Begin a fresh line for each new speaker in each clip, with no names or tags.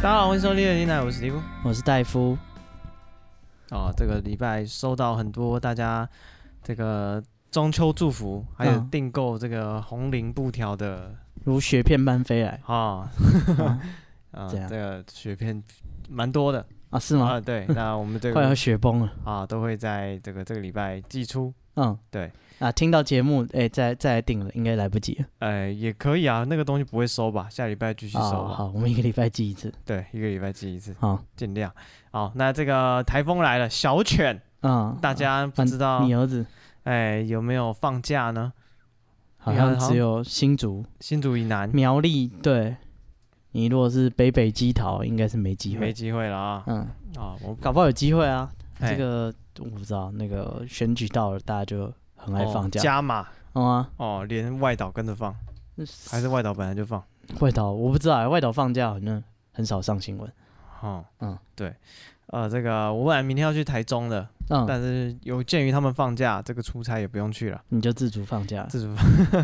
欢迎收听《电台》，我是迪夫。
我是戴夫。
哦，这个礼拜收到很多大家这个中秋祝福，还有
嗯
订购这个红绫布条的
如雪片般飞 来
啊
啊
啊，
怎样
这个雪片蛮多的
啊是吗？
啊。 对，那我们这
快要
个
雪崩了。
啊都会在这个这个礼拜寄出。
嗯，
对，
啊，听到节目，哎、再再来定了，应该来不及了。
呃，也可以啊，那个东西不会收吧？下礼拜继续收
哦，
吧。
好，我们一个礼拜寄一次。
对，一个礼拜寄一次，
好，
尽量。好，那这个台风来了，小犬，
嗯，
大家不
反
知道
你儿子
哎有没有放假呢？
好
你儿
像
子好
只有新竹、
新竹以南
苗栗，对你如果是北北基桃，应该是没机
没
会。
机会了啊！
嗯，
啊，我
搞不好有机会啊。
哎
这个我不知道，那个选举到了，大家就很爱
哦
放假。
加码
嗯啊，
哦，连外岛跟着放，
嗯
还是外岛本来就放。
外岛我不知道、外岛放假好像很少上新闻。
哦，
嗯，
对，呃，这个我本来明天要去台中的，
嗯，
但是有鉴于他们放假，这个出差也不用去了，
你就自主放假。
自主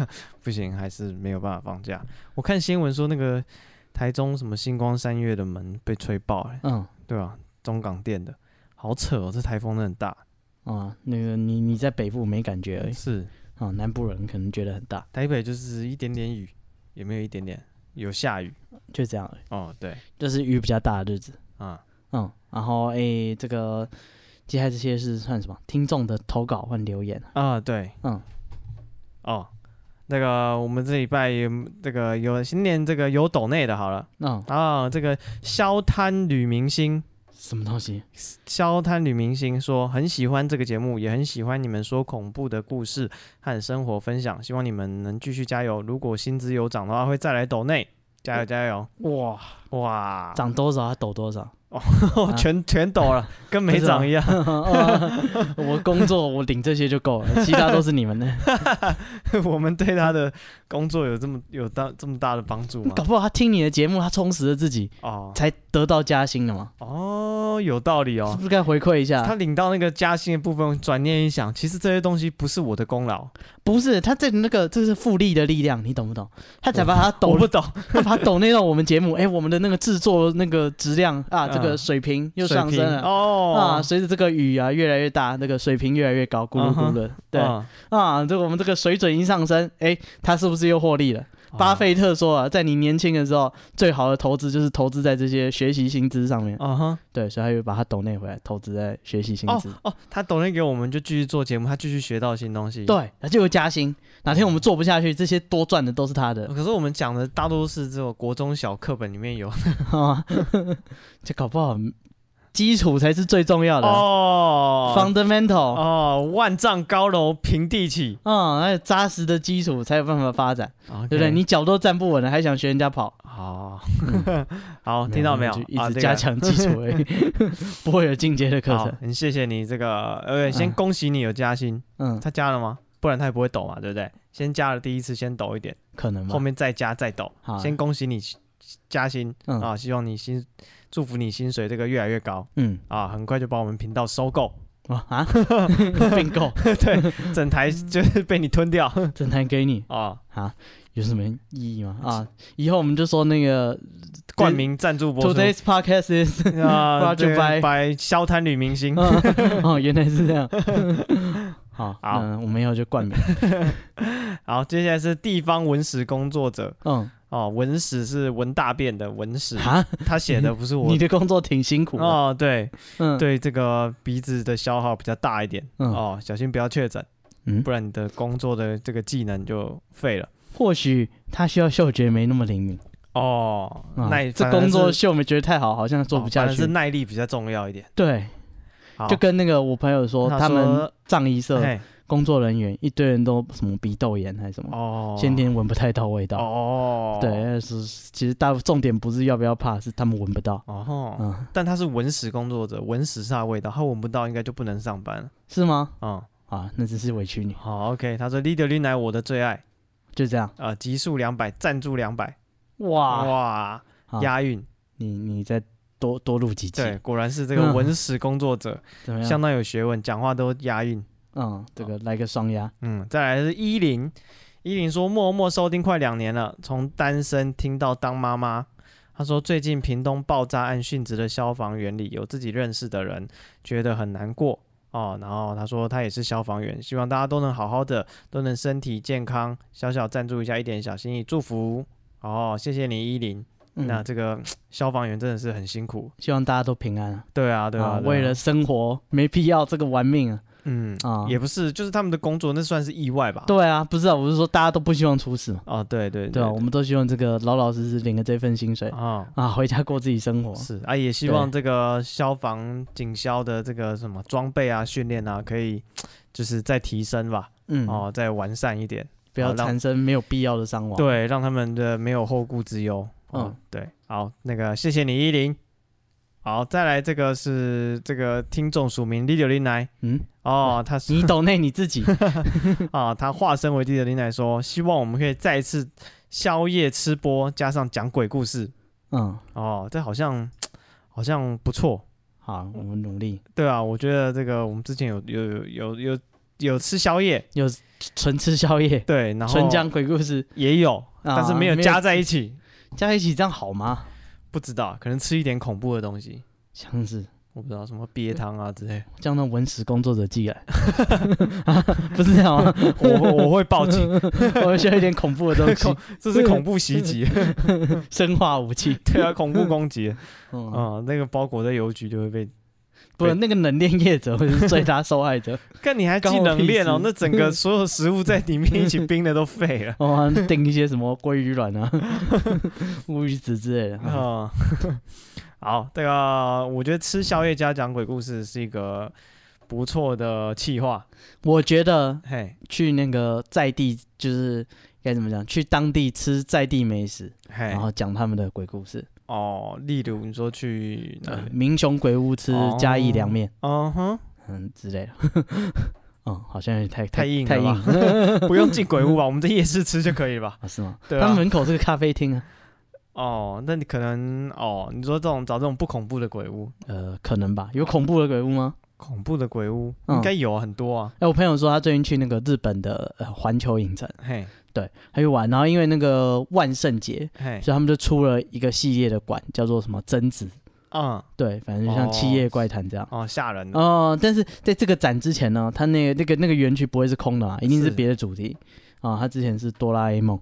不行，还是没有办法放假。我看新闻说那个台中什么星光三月的门被吹爆、欸，
嗯，
对吧、中港店的，好扯哦，这台风真的很大。
啊，那个你你在北部没感觉而已，
是，
啊，南部人可能觉得很大，
台北就是一点点雨，也没有一点点，有下雨。
就这样而已，
哦，对，
就是雨比较大的日子。
啊、
嗯，然后诶、这个接下来这些是算什么？听众的投稿和留言。
啊，对，
嗯，
哦，那个我们这礼拜也这个有新年这个有抖内的好了
嗯，
啊、这个消摊女明星，
什么东西？
消摊女明星说很喜欢这个节目，也很喜欢你们说恐怖的故事和生活分享，希望你们能继续加油。如果薪资有涨的话，会再来抖内，加油加油！
哇，
哇，
嗯涨啊多少他抖多少。
全全抖了，跟没涨一样。
我工作我领这些就够了，其他都是你们的。
我们对他的工作有这么有大这么大的帮助吗
搞？不好他听你的节目，他充实了自己，
哦
才得到加薪的嘛，
哦，有道理哦
是。不啊是该回馈一
他
下？
领到那个加薪的部分，转念一想，其实这些东西不是我的功劳，
不是，他这那个这是复利的力量，你懂不懂？他才把他抖
我不懂。
他把它抖内到我们节目，哎、我们的那个制作那个质量啊，
嗯
这个水平又
水
上升
平
了。啊，
哦，
随着这个雨啊越来越大，那个水平越来越高，咕噜咕噜的，对、
嗯
啊，这个我们这个水准一上升，哎，他是不是又获利了？巴菲特说啊，在你年轻的时候，最好的投资就是投资在这些学习薪资上面，
哦啊哈，
对，所以他又把它抖内回来，投资在学习薪
哦
资，
哦，他抖音给我们就继续做节目，他继续学到新东西。
对，他啊就有加薪。哪天我们做不下去，这些多赚的都是他的
呃，，可是我们讲的大多是这种国中小课本里面有嗯
啊， 这搞不好基础才是最重要的啊。
哦
fundamental，
哦，万丈高楼平地起，
嗯，还有扎实的基础才有办法发展，
对
对不对？你脚都站不稳了，还想学人家跑？
好
嗯
好，听到没有
就？一
啊，
直
这
加
个
强基础 而已，不会有进阶的课
好
程。，
很谢谢你这个，呃，先
嗯
恭喜你有加薪，
嗯，
他加了吗？不然他也不会抖嘛，对不对？先加了第一次，先抖一点。
可能吧。
后面再加再抖
好。啊
先恭喜你加薪、
嗯
啊，希望你薪祝福你薪水这个越来越高
嗯
啊，很快就把我们频道收 购，
哇啊，并购
对，整台
嗯
就是被你吞掉
整台给你
啊。
啊，有什么意义吗？啊，以后我们就说那个
冠名赞助播出
today's podcast is，
啊，
brought to
对
by
白消摊女明星
哦，原来是这样。 好，
好
嗯，我们以后就冠名。
好，接下来是地方文史工作者
嗯，
哦，文史是文大便的文史，
啊，
他写的不是我
你。的工作挺辛苦的。
哦，对
嗯，，
对，这个鼻子的消耗比较大一点、
嗯
哦，小心不要确诊，
嗯
不，然你的工作的这个技能就废了。
或许他需要嗅觉没那么灵敏。
哦，
啊
耐
这
反而
工作
是
秀没觉得太好，好像做
哦
不下
反而
去
是。耐力比较重要一点。
对，
好
就跟那个我朋友说，
他
他们
说
葬仪社
嘿
工作人员一堆人都什么鼻窦炎还是什么，
哦，
先天闻不太到味道。
哦，
对，但是其实大重点不是要不要怕，是他们闻不到。
哦，
嗯，
但他是文史工作者，文史是他的味道，他闻不到应该就不能上班了。
是吗？
嗯，
啊，那真是委屈你。
好，OK，他说 Leader Lin 来我的最爱，
就这样，
呃，极速两百，赞助两百，
哇，啊
哇，
好
押韵，
你你再多多录几集，
对，果然是这个
嗯
文史工作者，
怎么
相
样？
当有学问，讲话都押韵。
嗯，这个来个双压，
嗯，再来是依林，依林说默默收听快两年了，从单身听到当妈妈，他说最近屏东爆炸案殉职的消防员里有自己认识的人，觉得很难过哦。然后他说他也是消防员，希望大家都能好好的，都能身体健康。小小赞助一下，一点小心意，祝福哦，谢谢你依林。那
嗯，
这个消防员真的是很辛苦，
希望大家都平安啊！
对啊，对啊，
啊
对啊
为了生活没必要这个玩命啊！
嗯
啊
也不是，就是他们的工作那算是意外吧？
对啊，不是啊，我是说大家都不希望出事嘛，
哦，对对
对啊，我们都希望这个老老实实领了这份薪水
啊。
啊，回家过自己生活。
是啊，也希望这个消防警消的这个什么装备啊、训练啊，可以就是再提升吧，
嗯，
哦，再完善一点，
不要
好让
产生没有必要的伤亡。，
对，让他们的没有后顾之忧。嗯
嗯，
对，好，那个谢谢你依林。好，再来这个是这个听众署名 l i l 林来
嗯，
哦，他是
你抖内你 自己，
啊，他化身为 l i l 林来说，希望我们可以再一次宵夜吃播，加上讲鬼故事
嗯，
哦，这好像好像不错。
好，我们努力，
对啊，我觉得这个我们之前有有有有有有吃宵夜，
纯吃宵夜，
对，然后
纯讲鬼故事，
也有，
啊
但是没有
没有
加在一起，
加一起这样好吗？
不知道，可能吃一点恐怖的东西，
像是
我不知道什么鳖汤 啊之类，
叫那文史工作者寄来， 啊不是这 样吗？
我我会报警，
我需要一点恐怖的东
恐
西，
这是恐怖袭 击，
生化武器。
对啊，恐怖攻击，
嗯，
啊、那个包裹在邮局就会 被，
不，那个冷链业者或者是最大受害者，
看你还记
关我
冷
屁
链哦，
事。
那整个所有食物在里面一起冰的都废了
哦，订一些什么鲑鱼卵啊、 乌鱼子之类的。
啊、
啊
好，这个我觉得吃宵夜加讲鬼故事是一个不错的企划，
我觉得
嘿，
去那个在地，就是该怎么讲，去当地吃在地美食，
嘿
然，后讲他们的鬼故事。
哦，例如你说去哪
呃
里？
民雄鬼屋吃
哦
嘉义凉面，
嗯哼，
嗯之类的。嗯，好像有点太
太硬
太
了
硬
吧
了
不用进鬼屋吧？我们在夜市吃就可以了吧？
啊？是吗？
对啊
他们门口是个咖啡厅啊，
哦，那你可能哦，你说这种找这种不恐怖的鬼屋，
呃，可能吧。有恐怖的鬼屋吗？
恐怖的鬼屋
嗯
应该有啊很多啊，
哎、我朋友说他最近去那个日本的呃环球影城，
嘿，
对，他去玩，然后因为那个万圣节，
嘿，
所以他们就出了一个系列的馆，叫做什么贞子，
嗯，
对，反正就像
哦
七夜怪谈这样。
哦，吓人的，
哦，但是在这个展之前呢，他那个那个那个园区不会是空的嘛，一定是
是
别的主题啊。他之前是哆啦 A 梦，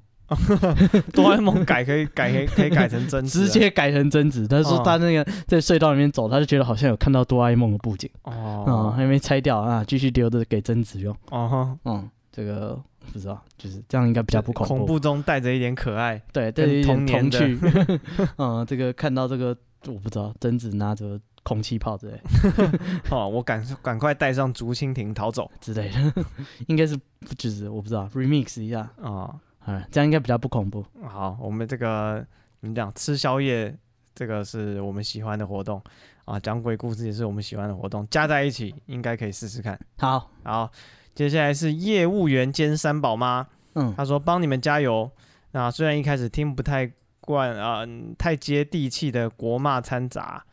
哆啦 A 梦改 可以改可以可以改成真
嗯直接改成贞子。他说
啊哦
他那个在隧道里面走，他就觉得好像有看到哆啦 A 梦的布景啊，
哦
还没拆掉啊，继续留着给贞子用。
哦哼，
嗯，这个不知道，就是这样应该比较不恐怖。
恐怖中带着一点可爱，
对，
跟
对，
童年
童
的
趣。 嗯，这个看到这个我不知道，贞子拿着空气炮之类
哦，我赶赶快带上竹蜻蜓逃走
之类的， 应该是就是我不知道 remix 一下，
啊。
啊，这样应该比较不恐怖。
好，我们这个怎么讲？吃宵夜这个是我们喜欢的活动啊，讲鬼故事也是我们喜欢的活动，加在一起应该可以试试看。
好，
好，接下来是业务员兼三宝妈，
嗯，
她说帮你们加油。那虽然一开始听不太惯啊、嗯太接地气的国骂掺杂，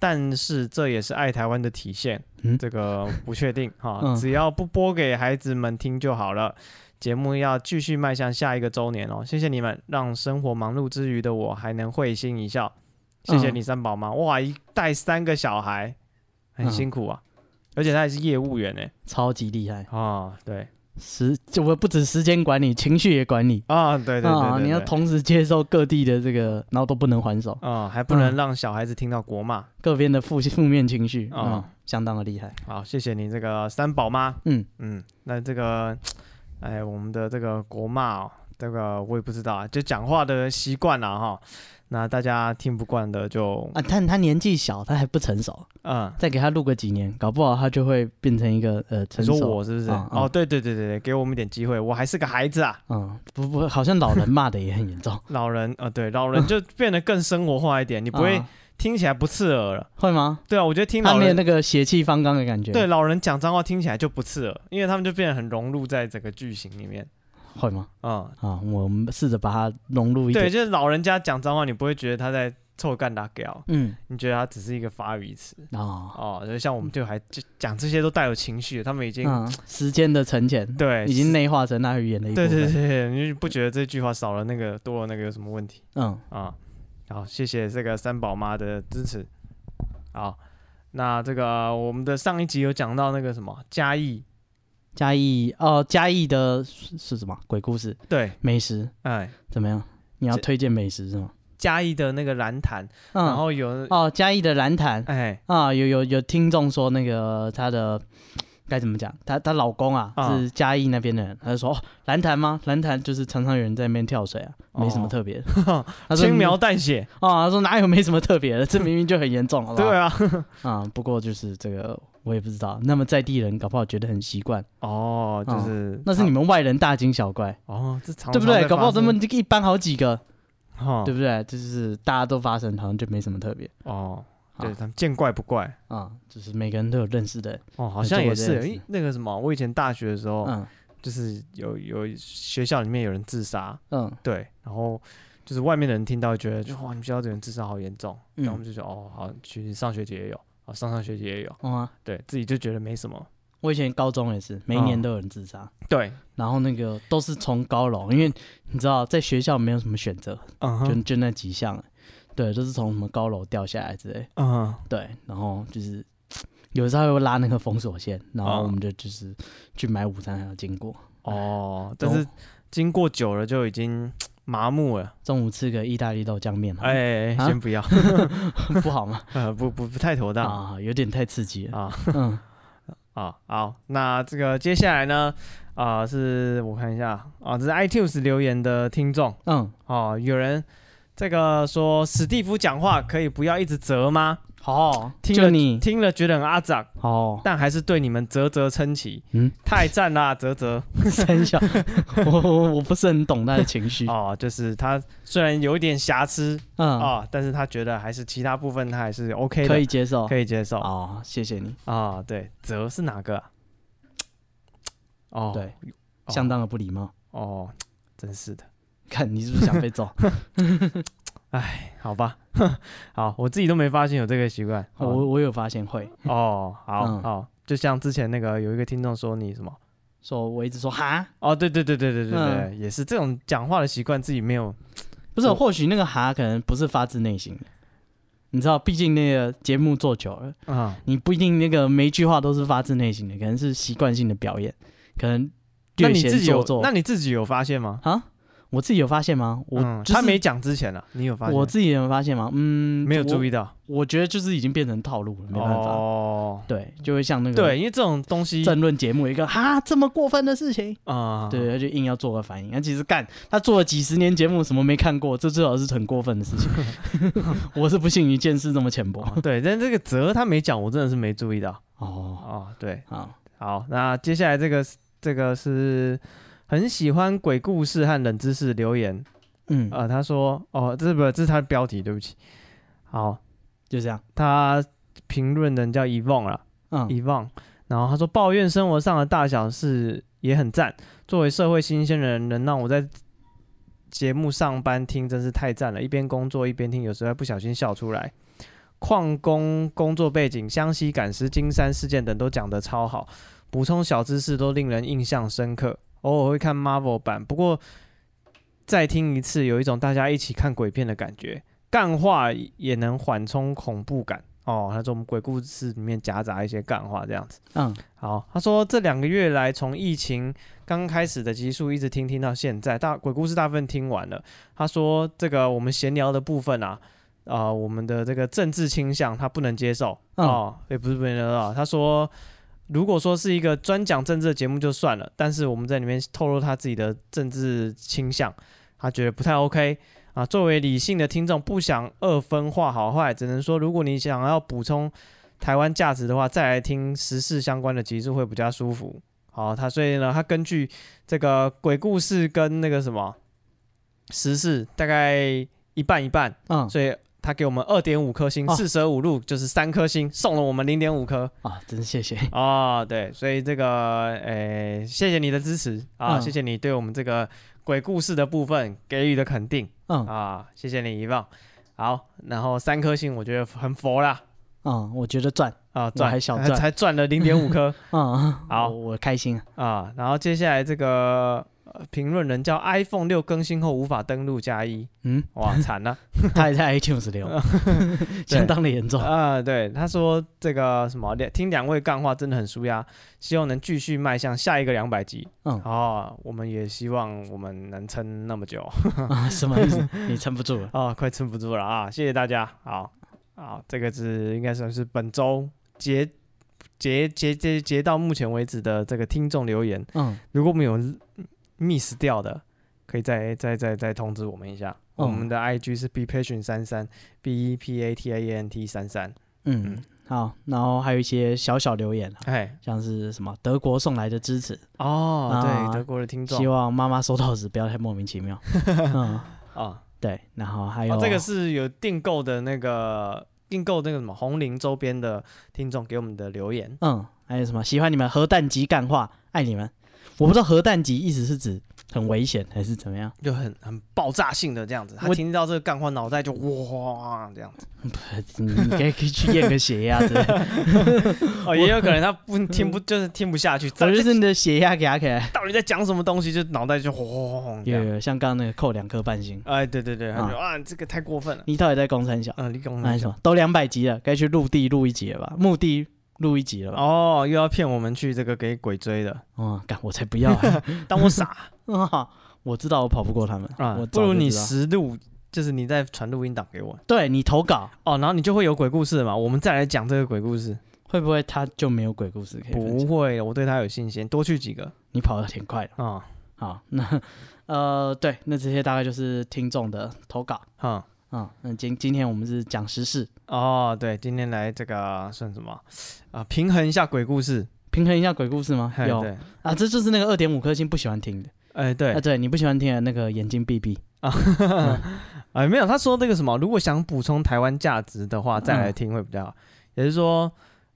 但是这也是爱台湾的体现。
嗯
这个不确定哈，
嗯
只要不播给孩子们听就好了。节目要继续迈向下一个周年哦，谢谢你们，让生活忙碌之余的我还能会心一笑。谢谢
嗯
你三宝妈，哇，一带三个小孩，很
嗯
辛苦啊，而且她也是业务员哎，
超级厉害，
啊，对
时就我不止时间管理，情绪也管理
啊，对对对
啊，
对
你要
对
同时接受各地的这个，然后都不能还 手，
啊，还不能
嗯
让小孩子听到国骂。
各边的负负面情绪啊、
哦
嗯相当的厉害。
好，谢谢你这个三宝妈。
嗯
嗯，那这个，哎，我们的这个国骂哦，这个我也不知道啊，就讲话的习惯了哈。那大家听不惯的就，
啊，但他年纪小，他还不成熟，
嗯，
再给他录个几年，搞不好他就会变成一个呃
你
成
说
熟。
我是不是？
嗯嗯
哦，对对对对对，给我们一点机会，我还是个孩子 啊。。
嗯，不不，好像老人骂的也很严重
老人啊、呃对，老人就变得更生活化一点，你
你
不会听起来不刺耳了。
会吗？
对啊，我觉得听
啊他
老
没有
人
那个血气方刚的感觉。
对，老人讲脏话听起来就不刺耳，因为他们就变得很融入在整个剧情里面。
会吗？
嗯，
啊，我们试着把它融入一
对，
点。
就是老人家讲脏话，你不会觉得他在臭干打屌，
嗯，
你觉得他只是一个发语词
啊，
哦。就像我们就还就讲这些都带有情绪，他们已经、
嗯，时间的沉潜，
对
已经内化成他语言的一部
对
分。
对对对，你就不觉得这句话少了那个多了那个有什么问题
嗯，
啊？好，谢谢这个三宝妈的支持。好，那这个我们的上一集有讲到那个什么嘉义，
嘉义哦，嘉义的是是什么鬼故事？
对，
美食
哎，
怎么样？你要
这
推荐美食是吗？
嘉义的那个蓝潭，
嗯，
然后有，
哦，嘉义的蓝潭
哎，
啊，有有有听众说那个她的该怎么讲？她她老公啊
啊
是嘉义那边的人，他就说哦，蓝潭吗？蓝潭就是常常有人在那边跳水啊，没什么
哦
特别的。 他说
轻描淡写，
啊，他说哪有没什么特别的，这明明就很严重，好不好？
对 啊，
啊、不过就是这个我也不知道，那么在地人搞不好觉得很习惯，
哦，就是
那是你们外人大惊小怪，
哦，这常
对不
常
对？
在
搞不好
发
他
生
们这个一般好几个，
哦
对不对？就是大家都发生，好像就没什么特别
哦，
啊
对他们见怪不怪。
啊、就是每个人都有认识的人，
哦，好
那
像
中
也
国这
是，
样
诶
子，
那个什么，我以前大学的时候，
嗯
就是有有学校里面有人自杀，
嗯
对，然后就是外面的人听到觉得就哇，你们学校这人自杀好严重，然后我们
嗯，
就觉得哦，好，其实上学期也有，啊，上上学期也有，
哦啊，
对自己就觉得没什么，
我以前高中也是，每一年
嗯
都有人自杀，
对，
然后那个都是从高楼，因为你知道在学校没有什么选择，
嗯
就
哼，
就那几项，对，都是从什么高楼掉下来之类。
嗯哼，
对，然后就是有时候会拉那个封锁线，然
啊
后我们就就是去买午餐还要经过，
哦，但
哎懂
是经过久了就已经麻木了，
中午吃个意大利豆浆面，哎，
哎，
啊
先不要，
不好吗？
呃，不不不太妥当
啊，有点太刺激了。
啊。
嗯，
啊，好，那这个接下来呢，啊、是我看一下啊，这是 iTunes 留言的听众
嗯，
哦、有人这个说史蒂夫讲话可以不要一直折吗？
好，
听
就
了
你，
听了觉得很阿杂，
好，
但还是对你们啧啧称奇，
嗯，
太赞啦，啧 啧
三小，我我我不是很懂他的情绪。
哦，就是他虽然有一点瑕疵啊、
嗯，
但是他觉得还是其他部分他还是 OK 的，
可以接受。
可以接受啊、啊
哦，谢谢你，
对，啧是哪个啊、哦，
对
哦
相当的不礼貌。
哦，真是的。
看你是不是想被揍？
好吧， 好，我自己都没发现有这个习惯。好
我我有发现会
哦，好、
嗯
好，就像之前那个有一个听众说你什么？
说，我一直说哈，
哦，对对对对对对对，
嗯
也是这种讲话的习惯自己没有
不是，
我
或许那个哈可能不是发自内心的，你知道，毕竟那个节目做久了，
啊、
你不一定那个每一句话都是发自内心的，可能是习惯性的表演，可能
那
略
你
显
自己有
做作
那你自己有发现吗？
啊？我自己有发现吗？我、
嗯，
就是、
他没，讲之前啊，你有发现？
我自己有发现吗？嗯，
没有注
意
意到，
我，我觉得就是已经变成套路了，没办法，
哦，
对，就会像那个
对，因为这种东西
政论节目一个哈这么过分的事情。
啊，
对，他就硬要做个反应。那其实干，他做了几十年节目，什么没看过，这至少是很过分的事情。我是不信你见识这么浅薄。
对，但这个哲他没讲，我真的是没注意到
哦，
哦，对，
好，
好，那接下来这个是这个是很喜欢鬼故事和冷知识留言。
嗯，
呃，他说，哦，这是不，这是他的标题，对不起。好，
就这样，
他评论人叫啊遗忘了，
嗯，
遗忘。然后他说，抱怨生活上的大小事也很赞。作为社会新鲜人，能让我在节目上班听，真是太赞了。一边工作一边听，有时候还不小心笑出来。矿工工作背景、湘西赶尸、金山事件等都讲得超好，补充小知识都令人印象深刻。偶尔会看 Marvel 版，不过再听一次，有一种大家一起看鬼片的感觉。干话也能缓冲恐怖感哦。他说我们鬼故事里面夹杂一些干话这样子。
嗯，
好，他说这两个月来，从疫情刚开始的集数一直听听到现在，大鬼故事大部分听完了。他说这个我们闲聊的部分啊，啊、我们的这个政治倾向他不能接受、
嗯
哦，也不是不能接受，他说。如果说是一个专讲政治的节目就算了，但是我们在里面透露他自己的政治倾向，他觉得不太 OK 啊。作为理性的听众，不想二分化好坏，只能说如果你想要补充台湾价值的话，再来听时事相关的集数会比较舒服。好，他所以呢，他根据这个鬼故事跟那个什么时事大概一半一半，
嗯，
所以他给我们二点五颗星，
哦
四舍五入就是三颗星，送了我们零点五 颗
啊，真是谢谢。
啊。对，所以这个诶、谢谢你的支持啊，
嗯
谢谢你对我们这个鬼故事的部分给予的肯定
嗯
啊，谢谢你遗忘。好，然后三颗星我觉得很佛啦
嗯，我觉得赚，
啊，赚
还小赚
才赚了零点五颗。
嗯，
好
我我开心啊。
啊，然后接下来这个评论人叫 iPhone 六更新后无法登录加一，
嗯，
哇，惨 了
他也在 iTunes 留，相当的严重。
啊、对，他说这个什么，两听两位干话真的很舒压，希望能继续迈向下一个两百集。
嗯
哦，我们也希望我们能撑那么久
啊，什么意思？你撑不住了。
啊、快撑不住了啊！谢谢大家，好，好，这个是应该算是本周截截截截截到目前为止的这个听众留言。
嗯，
如果我们有 miss 掉的，可以再再再再通知我们一下。
哦
我们的 IG 是 be patient 三三 b e p a t a n t 三三。
嗯，好，然后还有一些小小留言啊，
哎，
像是什么德国送来的支持，
哦，
啊
对，德国的听众
希望妈妈收到时不要太莫名其 妙。嗯，
啊，
对，然后还有、
哦，这个是有订购的那个订购那个什么红林周边的听众给我们的留言。
嗯，还有什么喜欢你们核弹级干话，爱你们。我不知道核弹级意思是指很危险还是怎么样，
就很很爆炸性的这样子，他
我
听到这个干话，脑袋就哇这样子。
你可以可以去验个血压 之类的，
哦，也有可能他不听不就是听不下去，
我就
这
是你的血压给压 起来。
到底在讲什么东西，就脑袋就轰这
有
样
有。有，像刚刚那个扣两颗半星，
哎，对对对，他
啊
就啊，这个太过分了。
你到底在攻三小？
嗯，李工
那还有什么？都两百集了，该去陆地录一集了吧？墓地录一集了吧？
哦，又要骗我们去这个给鬼追的，
哦，干、我才不要、啊！
当我傻
嗯哈我知道我跑不过他们，
啊
我！
不如你
死。
实录，就是你再传录音档给我
对你投稿，
哦，然后你就会有鬼故事了嘛，我们再来讲这个鬼故事。
会不会他就没有鬼故事可以分
不
享？
会，我对他有信心，多去几个
你跑得挺快的。
啊，
好， 那呃，对，那这些大概就是听众的投稿。
哈、
嗯，那今今天我们是讲时事，
哦，对，今天来这个算什么啊、平衡一下鬼故事。
平衡一下鬼故事吗？
嘿
有
对，
啊，这就是那个二点五颗星不喜欢听的。
哎
啊，
对
对你不喜欢听的那个眼睛闭闭。
哎没有，他说那个什么，如果想补充台湾价值的话，再来听会比较好。也就是说，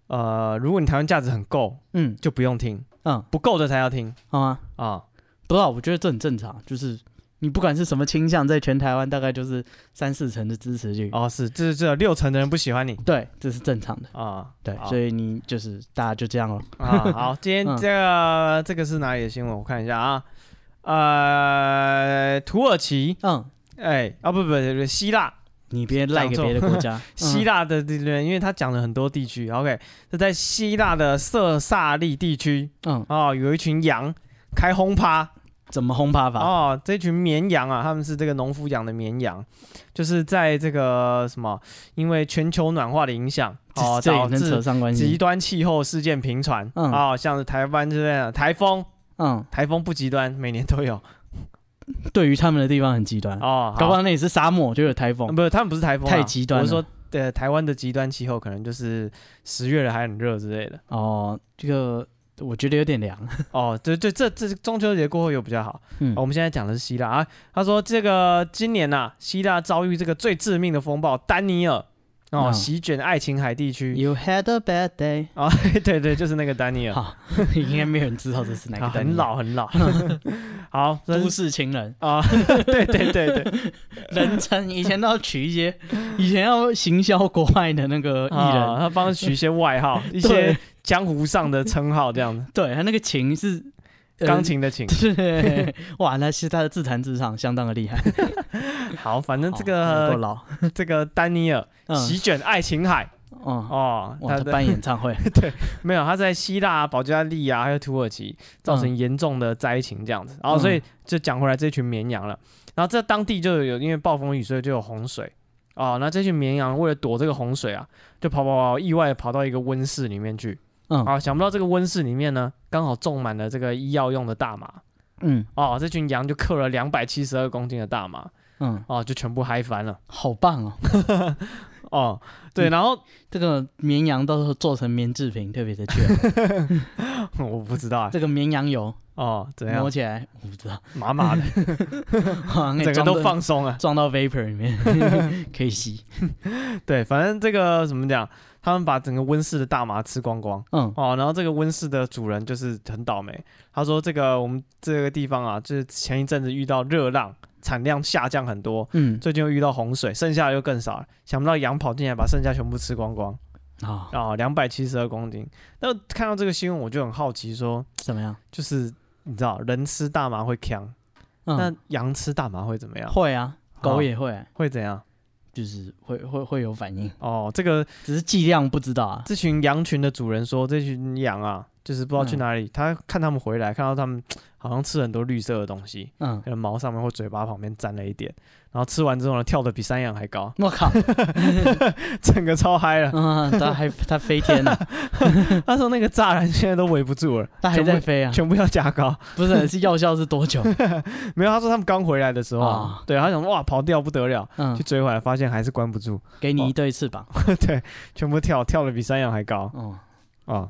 呃，如果你台湾价值很够，
嗯
就不用听，
嗯，
不够的才要听
好啊，
啊。
不知道，我觉得这很正常，就是你不管是什么倾向，在全台湾大概就是三四成的支持率。
哦，是，这这六成的人不喜欢你
对，这是正常的。
啊。
对，
好
所以你就是大家就这样咯。
啊，好，今天
嗯
这个、这个是哪里的新闻？我看一下啊。呃，土耳其，
嗯，
哎，啊不不不，希腊，
你别赖给别的国 家。嗯
希
腊，
腊的这边，因为他讲了很多地区。OK，这在希腊的色萨利地区
嗯，
哦，有一群羊开轰趴，
怎么轰趴法？
哦，这群绵羊啊，他们是这个农夫养的绵羊，就是在这个什么，因为全球暖化的影响，哦，
这也
导
能扯
致
上关
极
系？
端气候事件频传，啊、
嗯
哦，像是台湾这边的台风，
嗯，
台风不极端，每年都有
对于他们的地方很极端，
哦，
嗯搞不
好
好那也是沙漠就有台风
嗯。不是，他们不是台风啊、
太极端
我
了
是说，对，台湾的极端气候可能就是十月了还很热之类的，
哦，这个我觉得有点凉。
哦，对对，这这中秋节过后有比较好。
嗯
哦我，们现在讲的是希腊啊，他说这个今年呐、希腊遭遇这个最致命的风暴丹尼尔哦，
嗯
席卷爱琴海地区。
You had a bad day。
啊， 对对，就是那个丹尼尔，
好， 应该没有人知道这是哪
啊
个
很老很 老。好，真
都市情人，
啊， 对对 对对，
人称以前都要取一些， 以前要行销国外的那个艺
啊，
人，
他帮他取一些外 号，一些
对
江湖上的称号这样子。
对他那个琴是 呃
钢琴的琴，
对，哇，那是他的自弹自唱相当的厉害，
好，反正这
哦够
个
老，
这个丹尼尔席
嗯，
卷爱琴海
哦，
哦，
哇，他
的
办演唱 会，
没有，他在希腊、保加利亚还有土耳其造成严重的灾情这样子，然后、
嗯
所以就讲回来这群绵羊了，然后在当地就有因为暴风雨，所以就有洪水哦，那这群绵羊为了躲这个洪水啊，就跑跑跑，意外跑到一个温室里面去，
嗯
啊，想不到这个温室里面呢，刚好种满了这个医药用的大麻
嗯
哦，这群羊就克了两百七十二公斤的大麻
嗯，
哦，就全部嗨翻了
好棒哦，
哦，对，
嗯
然后
这个绵羊到时候做成棉制品特别的缺，
我不知道啊
这个绵羊油
哦，怎 样
摸起来我不知道，
麻麻的，
好像可
整个
以 装
都
到
放松啊了。
撞到 vapor 里面 可以吸，
对，反正这个怎么讲，他们把整个温室的大麻吃光光
嗯
哦，然后这个温室的主人就是很倒霉，他说这个我们这个地方啊，就是前一阵子遇到热浪，产量下降很多，
嗯
最近又遇到洪水，剩下的又更少了，想不到羊跑进来把剩下全部吃光哦光
啊
啊，两百七十二公斤。那看到这个新闻我就很好奇说，
怎么样？
就是你知道人吃大麻会呛，那
嗯，
羊吃大麻会怎么样？
会啊，狗
哦
也会，
会怎样？
就是会会会有反应，
哦，这个
只是剂量不知道啊。
这群羊群的主人说，这群羊啊，就是不知道去
嗯
哪里，他看他们回来，看到他们好像吃很多绿色的东西，
嗯，
可能毛上面或嘴巴旁边沾了一点，然后吃完之后呢，跳的比山羊还高，
我靠，
整个超嗨了。
嗯，它还它飞天 了，嗯
他说那个栅栏现在都围不住了，
它还
全部
在飞啊，
全部要加高。
不是是药效是多久？
没有，他说他们刚回来的时候啊，
啊
对他想哇跑掉不得了，
嗯
去，追回来发现还是关不住，
给你一对翅膀。
对，全部跳跳的比山羊还高
哦，
啊。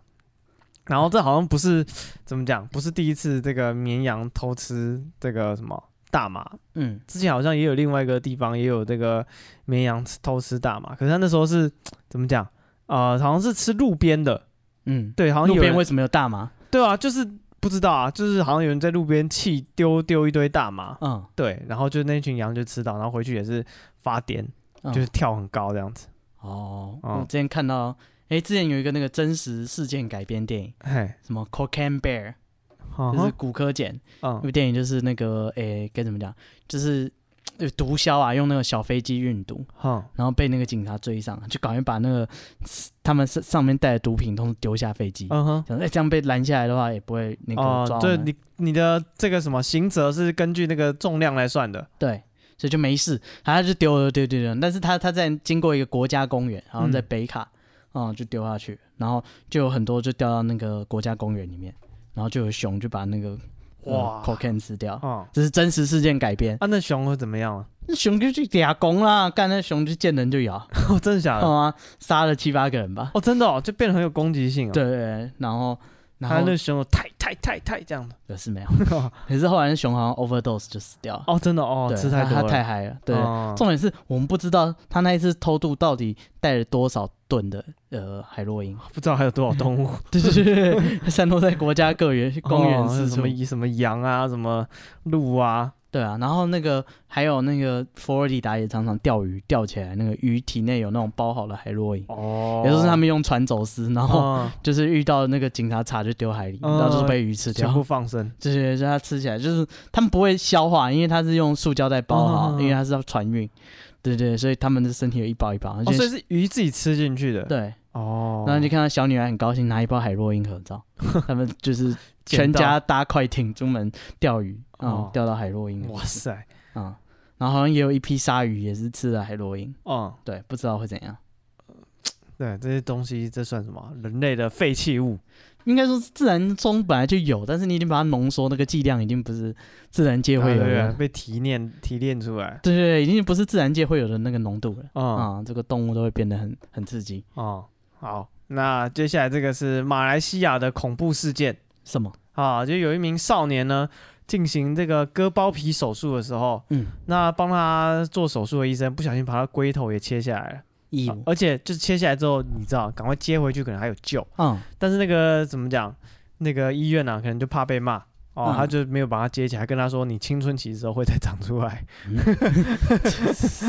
然后这好像不是怎么讲，不是第一次这个绵羊偷吃这个什么大麻，
嗯，
之前好像也有另外一个地方也有这个绵羊吃偷吃大麻，可是他那时候是怎么讲？啊，好像是吃路边的，
嗯，
对，好像
路
有
边
人
为什么有大麻？
对啊，就是不知道啊，就是好像有人在路边弃丢丢一堆大麻，
嗯，
对，然后就那群羊就吃到，然后回去也是发癫，
嗯
就是跳很高这样子。
哦，
嗯
我之前看到，哎、之前有一个那个真实事件改编电影，
嘿，
什么《Cocaine Bear
嗯》，
就是
哼
骨科碱，那部
嗯
电影就是那个，哎、该怎么讲，就是呃毒枭啊，用那个小飞机运毒，
哼，
然后被那个警察追上，就赶快把那个他们上上面带的毒品通通丢下飞机。
嗯哼。
想说，哎、这样被拦下来的话，也不会那个
哦
抓、，
对你你的这个什么刑责是根据那个重量来算的，
对，所以就没事，然后他就丢了丢丢丢，但是他他在经过一个国家公园，好像在
嗯
北卡，啊、就丢下去，然后就有很多就掉到那个国家公园里面，然后就有熊就把那个
哇
哇 cocaine 吃掉，
哦、
这是真实事件改编，
啊，那熊会怎么样啊？
那熊就去俩拱啦，干那熊就见人就咬，
哦，真的假的？
啊，杀了七八个人吧，
哦，真的哦，就变得很有攻击性哦。，
对对，对然后然
它
后
那熊有太太太太这样 的。
可是没有，可是后来那熊好像 overdose 就死掉了，
哦，真的哦，
对
吃太
他
多
他
了。
太嗨了，对。
哦
重点是我们不知道他那一次偷渡到底带了多少吨的呃海 洛因，
不知道还有多少 动物，
对对对对，散落在国家各园公园
哦是
四
什
处
么。什么羊啊，什么鹿啊，
对啊，然后那个还有那个佛罗里达也常常钓鱼，钓起来那个鱼体内有那种包好的海洛因，
哦，
也就是他们用船走私，然后
哦，
就是遇到那个警察查就丢海里，
嗯
然后就是被鱼吃
全
掉
部。放生。
这些就是它吃起来，就是他们不会消化，因为它是用塑胶袋包
嗯
好，
嗯嗯
因为它是要船运，对对，所以他们的身体有一包一包，而
哦，
且
所以是鱼自己吃进去的。
对，
哦，
然后就看到小女孩很高兴拿一包海洛因合 照，他们就是全
捡到
家搭快艇出门钓鱼，嗯
哦，
钓到海洛因，
哇塞，
嗯，然后好像也有一批鲨鱼也是吃了海洛因，
嗯，
对，不知道会怎样，
对，这些东西这算什么？人类的废弃物。
应该说是自然中本来就有，但是你已经把它浓缩，那个剂量已经不是自然界会有
啊对啊
的，
被提炼提炼出来。
对对对，已经不是自然界会有的那个浓度了，
嗯
啊，这个动物都会变得很很刺激，
哦，好，那接下来这个是马来西亚的恐怖事件
什么？
啊，就有一名少年呢进行这个割包皮手术的时候，
嗯，
那帮他做手术的医生不小心把他龟头也切下来了，
义
啊
务，
而且就是切下来之后，你知道，赶快接回去可能还有救。
嗯，
但是那个怎么讲，那个医院啊，可能就怕被骂哦，
嗯
他就没有把它接起来，跟他说你青春期的时候会再长出来，
嗯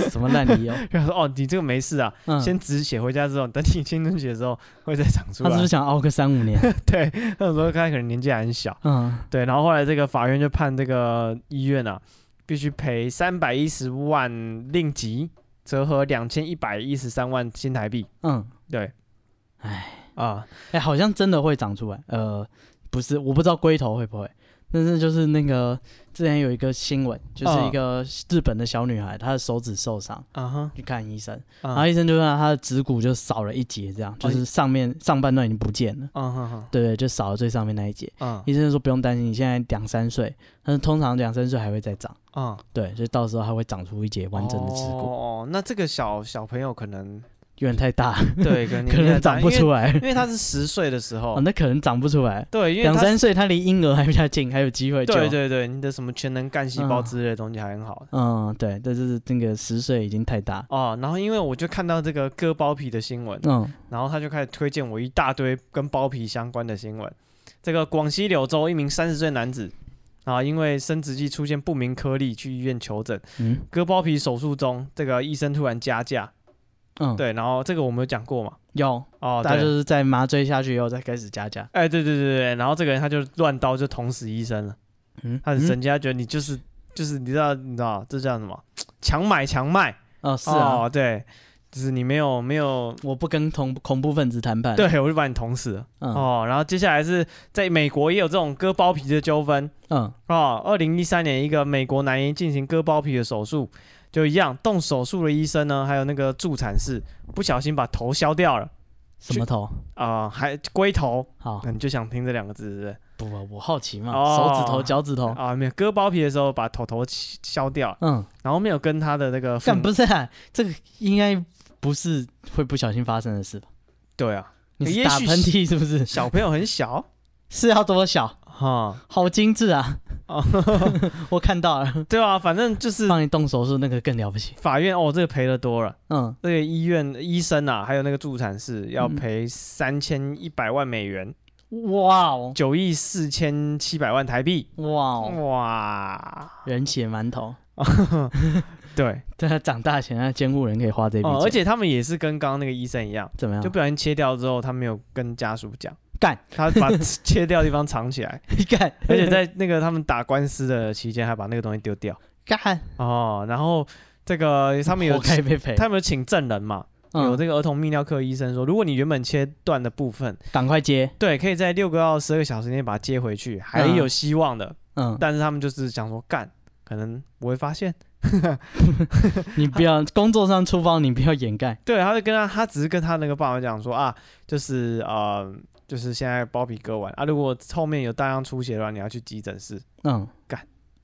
什么烂理由？
然后说哦你这个没事啊，
嗯，
先止血，回家之后等你青春期的时候会再长出
他是不是
来。
想熬个三五年？
对，那时候 他可能年纪还很小，
嗯。
对，然后后来这个法院就判这个医院啊必须赔三百一十万令吉，折合两千一百一十三万新台币。
嗯，
对，
唉，
啊，
哎、好像真的会长出来。呃，不是，我不知道龟头会不会，但是就是那个之前有一个新闻，就是一
嗯
个日本的小女孩，她的手指受伤，
啊哈，
去看医生，然后
啊
医生就让她的指骨就少了一节，这样
哦
就是上面上半段已经不见了。
啊哈哈，
对对，就少了最上面那一节。
啊
医生就说不用担心，你现在两三岁，但是通常两三岁还会再长。
啊，
对，所以到时候它会长出一节完整的指骨，
哦，那这个小小朋友可 能
有点太大，
对，可能
可能长不出
来，啊
来。
因为他是十岁的时候
哦，，那可能长不出来。
对，因为
两
他
三岁，他离婴儿还比较近，还有机会救。
对对对，你的什么全能干细胞
嗯
之类的东西还很好。
嗯，对，但是那个十岁已经太大。
哦，然后因为我就看到这个割包皮的新闻，
嗯
然后他就开始推荐我一大堆跟包皮相关的新闻。这个广西柳州一名三十岁男子啊，因为生殖器出现不明颗粒，去医院求诊，
嗯，
割包皮手术中，这个医生突然加价
嗯，，
对，然后这个我们有讲过嘛？
有，
哦，
大家就
对，
是在麻醉下去以后再开始加价。
哎，对对对对，然后这个人他就乱刀就捅死医生了，
嗯，
他人家觉得你就是就是你知道你知道这叫什么？强买强卖，
嗯哦，是啊，
哦，对，就是你没有没有，
我不跟恐恐怖分子谈判。，
对我就把你捅死了。
嗯
哦，然后接下来是在美国也有这种割包皮的纠纷
嗯，
哦。二零一三年，一个美国男婴进行割包皮的手术，就一样，动手术的医生呢，还有那个助产士，不小心把头削掉了
什么头？
啊、还龟头，嗯
好，
那你就想听这两个字是不是？
不，我好奇嘛，
哦
手指头、脚趾头。
啊，没有割包皮的时候把头头削削掉，
嗯，
然后没有跟他的那个父
干
母
不是啊，这个应该不是会不小心发生的事吧？
对啊，
你是
也
打
许
喷
是
嚏是不是？
小朋友很小
是要多小？
哈、
好精致啊！
哦
我看到了，
对啊，反正就是
帮你动手术那个更了不起。
法院哦，这个赔的多了。
嗯，
那个医院医生啊，还有那个助产士要
嗯
赔三千一百万美元，
哇哦，
九亿四千七百万台币。
哇哦，
哇，
人血馒头。
对，
对他长大前，他监护人可以花这笔钱，
哦，而且他们也是跟刚刚那个医生一样，
怎么样？
就不小心切掉之后，他没有跟家属讲，
嗯干
他把 切掉的地方藏起 来，
干，
而且在那个他们打官司的期间还把那个东西丢掉。
干，
哦，然后这个他们有
活该被赔。
他们有请证人嘛，
嗯
有这个儿童泌尿科医生说，如果你原本切断的部分。
赶快接，
对，可以在六个到十二个小时内把它接回去，还
嗯
有希望的。
嗯，
但是他们就是想说干，可能不会发现。
你不要工作上出包，你不要掩盖。
对，他就跟他，他只是跟他那个爸爸讲说啊，就是呃，就是现在包皮割完啊，如果后面有大量出血的话，你要去急诊室，
嗯，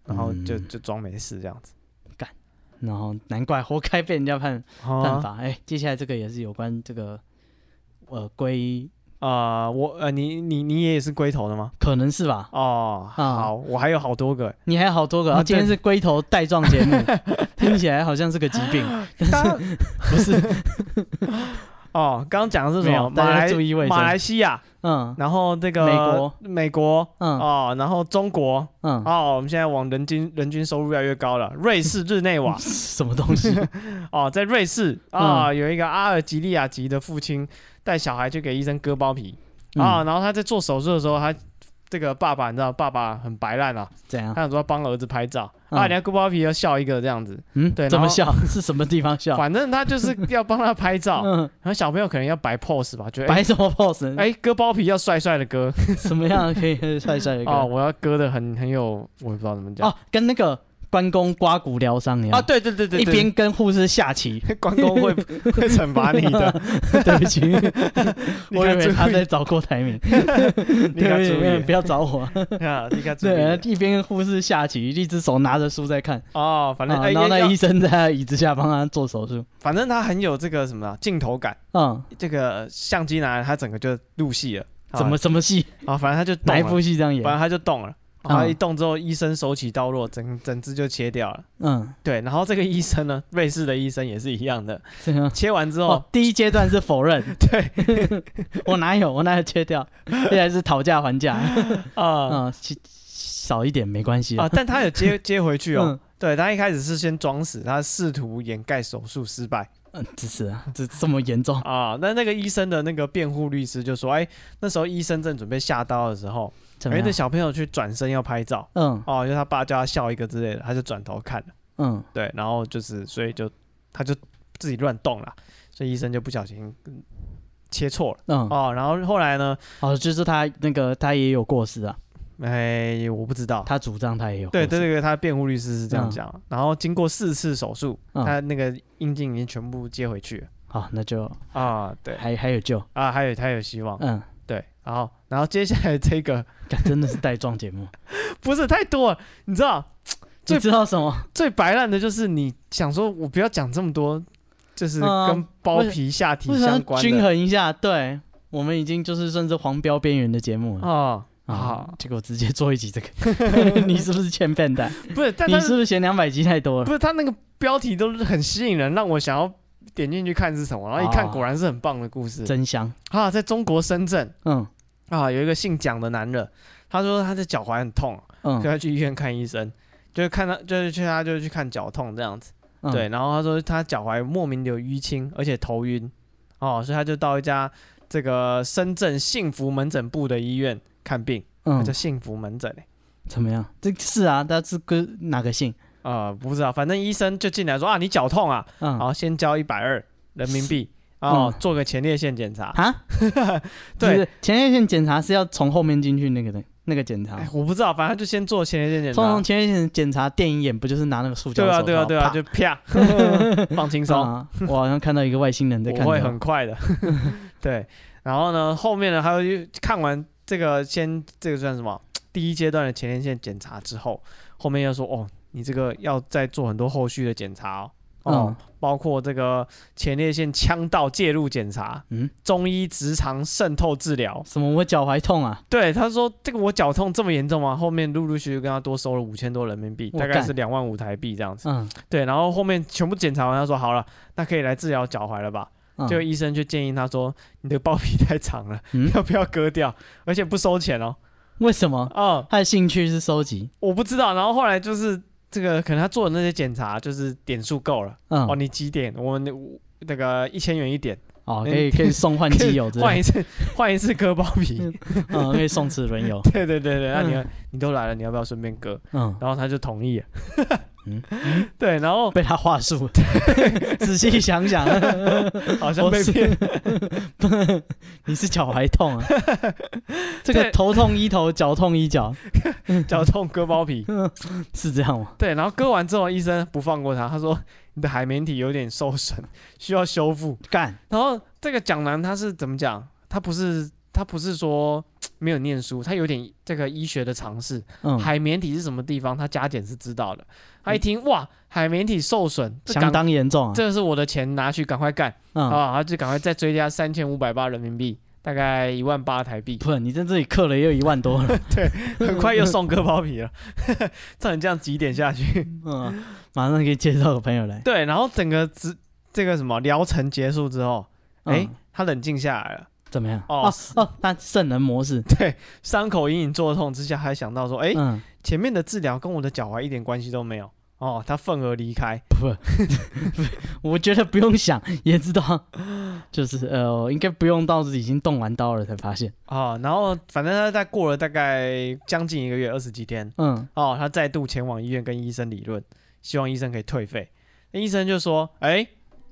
然后就
嗯
就装没事这样子。
然后难怪活该被人家判判
啊
罚。哎，接下来这个也是有关这个，呃，龟
啊，我呃，你你你也是龟头的吗？
可能是吧？
哦，
啊
好，我还有好多 个欸。
你还有好多个，
啊
啊、今天
对
是龟头带状节 目，听起来好像是个疾 病，
刚
不是？
哦，刚刚讲的是什
没
么？
有
马
大家
来
注意卫生
马来西亚，
嗯
然后这个
美国
美国
嗯
哦，然后中国，
嗯，
哦，我们现在往人均人均收入越来越高了。瑞士日内 瓦
什么东西？
哦，在瑞士啊、有一个阿尔及利亚籍的父亲带小孩去给医生割包皮啊、
嗯，
然后他在做手术的时候，他这个爸爸你知道，爸爸很白烂啊，
怎样
他？想说帮儿子拍照、
嗯
啊，人家割包皮要笑一个这样子，
嗯，
对
怎么
然后
笑？ 是什么地方笑？
反正他就是要帮他拍 照。
嗯，
然后小朋友可能要摆 pose 吧，觉得哎
摆什么 pose？
哎、割包皮要帅帅的割
什么样可以帅帅的歌？
哦，我要割的很很有，我也不知道怎么讲
哦，跟那个关公刮骨疗伤一样，
啊，对对对对
一
对
边跟护士下棋。
关公 会会惩罚你 的，
对不起， 我以
你该注
为
意
他在找郭台铭，
你要注
对不起，不
意
要找我。
啊，你要注
对
意，
一边跟护士下棋，一只手拿着书在看，
哦。反正
啊
哎，
然后那
要
医生在他椅子下帮他做手术。
反正他很有这个什么啊镜头感，
嗯，
这个相机拿来他整个就入戏了。啊
怎么什么戏？
啊？反正他就
哪一
动
部
了，
戏这样演
反？正他就动了。然后
嗯
一动之后，医生手起刀落，整整只就切掉了。
嗯，
对，然后这个医生呢， 瑞士的医生也是一样的，
这样。
切完之
哦
后，，
第一阶段是否认，
对
我哪有，我哪有切掉，这还是讨价还价，
啊
嗯，其少一点没关系
啊，
啊，
但他有接接回去哦
嗯。
对他一开始是先装死，他试图掩盖手术失败。
嗯，支持啊，这这么严重，
啊，那那个医生的那个辩护律师就说，哎、那时候医生正准备下刀的时候，
怎
哎、
么样
那？小朋友去转身要拍照，
嗯
哦，因为他爸叫他笑一个之类的，他就转头看了，
嗯，
对，然后就是所以就他就自己乱动了，所以医生就不小心嗯切错了，
嗯，
哦，然后后来呢，
哦，就是他那个他也有过失啊，
哎、我不知道。
他主张他也有过
对，
失，
对这个他辩护律师是这样
嗯
讲，然后经过四次手术，
嗯
他那个阴茎已经全部接回去了
好，那就
啊，对
还还有救，
啊，还有他有希望，
嗯，
对，然后然后接下来这个
干真的是带状节目，
不是太多了，你知道 最
你知道什么？
最白烂的就是你想说，我不要讲这么多，就是
嗯
跟包皮下 体
为什
相
么要
关
均
的
衡一下？对我们已经就是算是黄标边缘的节目了
啊
啊
啊，，
结果直接做一集 这个， 你是不是欠笨蛋？
不是，但
你
他
是不是嫌两百集太多
不
了？
是他那个标题都是很吸引人，让我想要点进去看是什么，然后一看
哦
果然是很棒的故事
真香，
啊，在中国深圳
嗯
啊，有一个姓蒋的男人，他说他的脚踝很痛，就
嗯
要去医院看医生，就是看他就是去他就去看脚痛这样子，
嗯
对，然后他说他脚踝莫名有淤青，而且头晕，哦，所以他就到一家这个深圳幸福门诊部的医院看病，
嗯
叫，幸福门诊、欸
怎么样？这是啊，但是跟哪个姓？
啊、不知道，反正医生就进来说啊，你脚痛啊，
嗯，
好，先交一百二人民币，哦，
嗯
做个前列腺检查。
啊，
对
不是，前列腺检查是要从后面进去那个的，那个检查
哎。，我不知道，反正他就先做前列腺检
通
查
常。前列腺检查电影演不就是拿那个塑胶
对啊，
手
对啊，
套
对啊，
啪
就啪， 放轻松，
啊我好像看到一个外星人在看
我
着
会很快的。 对，然后呢，后面呢，还有一看完这个先这个算什么？第一阶段的前列腺检查之后，后面要说哦，你这个要再做很多后续的检查哦，
嗯
哦包括这个前列腺腔道介入检查，
嗯，
中医直肠渗透治疗。
什么我脚踝痛啊，
对，他说这个我脚痛这么严重吗？后面陆陆续续跟他多收了五千多人民币，
我
大概
干
是两万五台币这样子。
嗯，
对，然后后面全部检查完，他说好了，那可以来治疗脚踝了吧？
嗯
就医生就建议他说，你的包皮太长了，
嗯
要不要割掉？而且不收钱哦。
为什么
哦、
他的兴趣是收集？
我不知道。然后后来就是这个，可能他做的那些检查就是点数够了。
嗯
哦，，你几点？我们那个一千元一点，
哦，可以可以送换机油之
换
类
一 次，换一次割包皮。
的，嗯，可以送齿轮油，
对对对对，啊那你要你都来了，你要不要顺便割？
嗯，
然后他就同意了。
嗯
对，然后
被他话 术，仔细想想，
好像被
我是
骗。
你是脚踝痛啊？ 这个
对
头痛医头，脚痛医脚，
脚痛割包皮，
是这样吗？
对，然后割完之后，医生不放过他，他说你的海绵体有点受损，需要修复。
干，
然后这个蒋楠他是怎么讲？他不是他不是说没有念书，他有点这个医学的常识。
嗯，
海绵体是什么地方？他加减是知道的。他一听哇，海绵体受损，这
相
赶
当严重啊，
这是我的钱，拿去赶快干
嗯，
啊！他就赶快再追加三千五百八人民币，大概一万八台币，
不，你在这里刻了也有一万 多了，
很 快又送割包皮了。 照你这样几点下去？
嗯，马上可以介绍个朋友来，
对，然后整个只这个什么疗程结束之后，哎、
嗯
他冷静下来了，
怎么样？
哦
哦哦，他圣人模式，
伤口隐隐作痛之下，还想到说，哎、
嗯，
前面的治疗跟我的脚踝一点关系都没有。哦，他愤而离开。
我觉得不用想也知道， 就是呃，应该不用到已经动完刀了才发现，
哦，然后反正他在过了大概将近一个月，二十几天。
嗯
哦，他再度前往医院跟医生理论，希望医生可以退费。那医生就说，哎、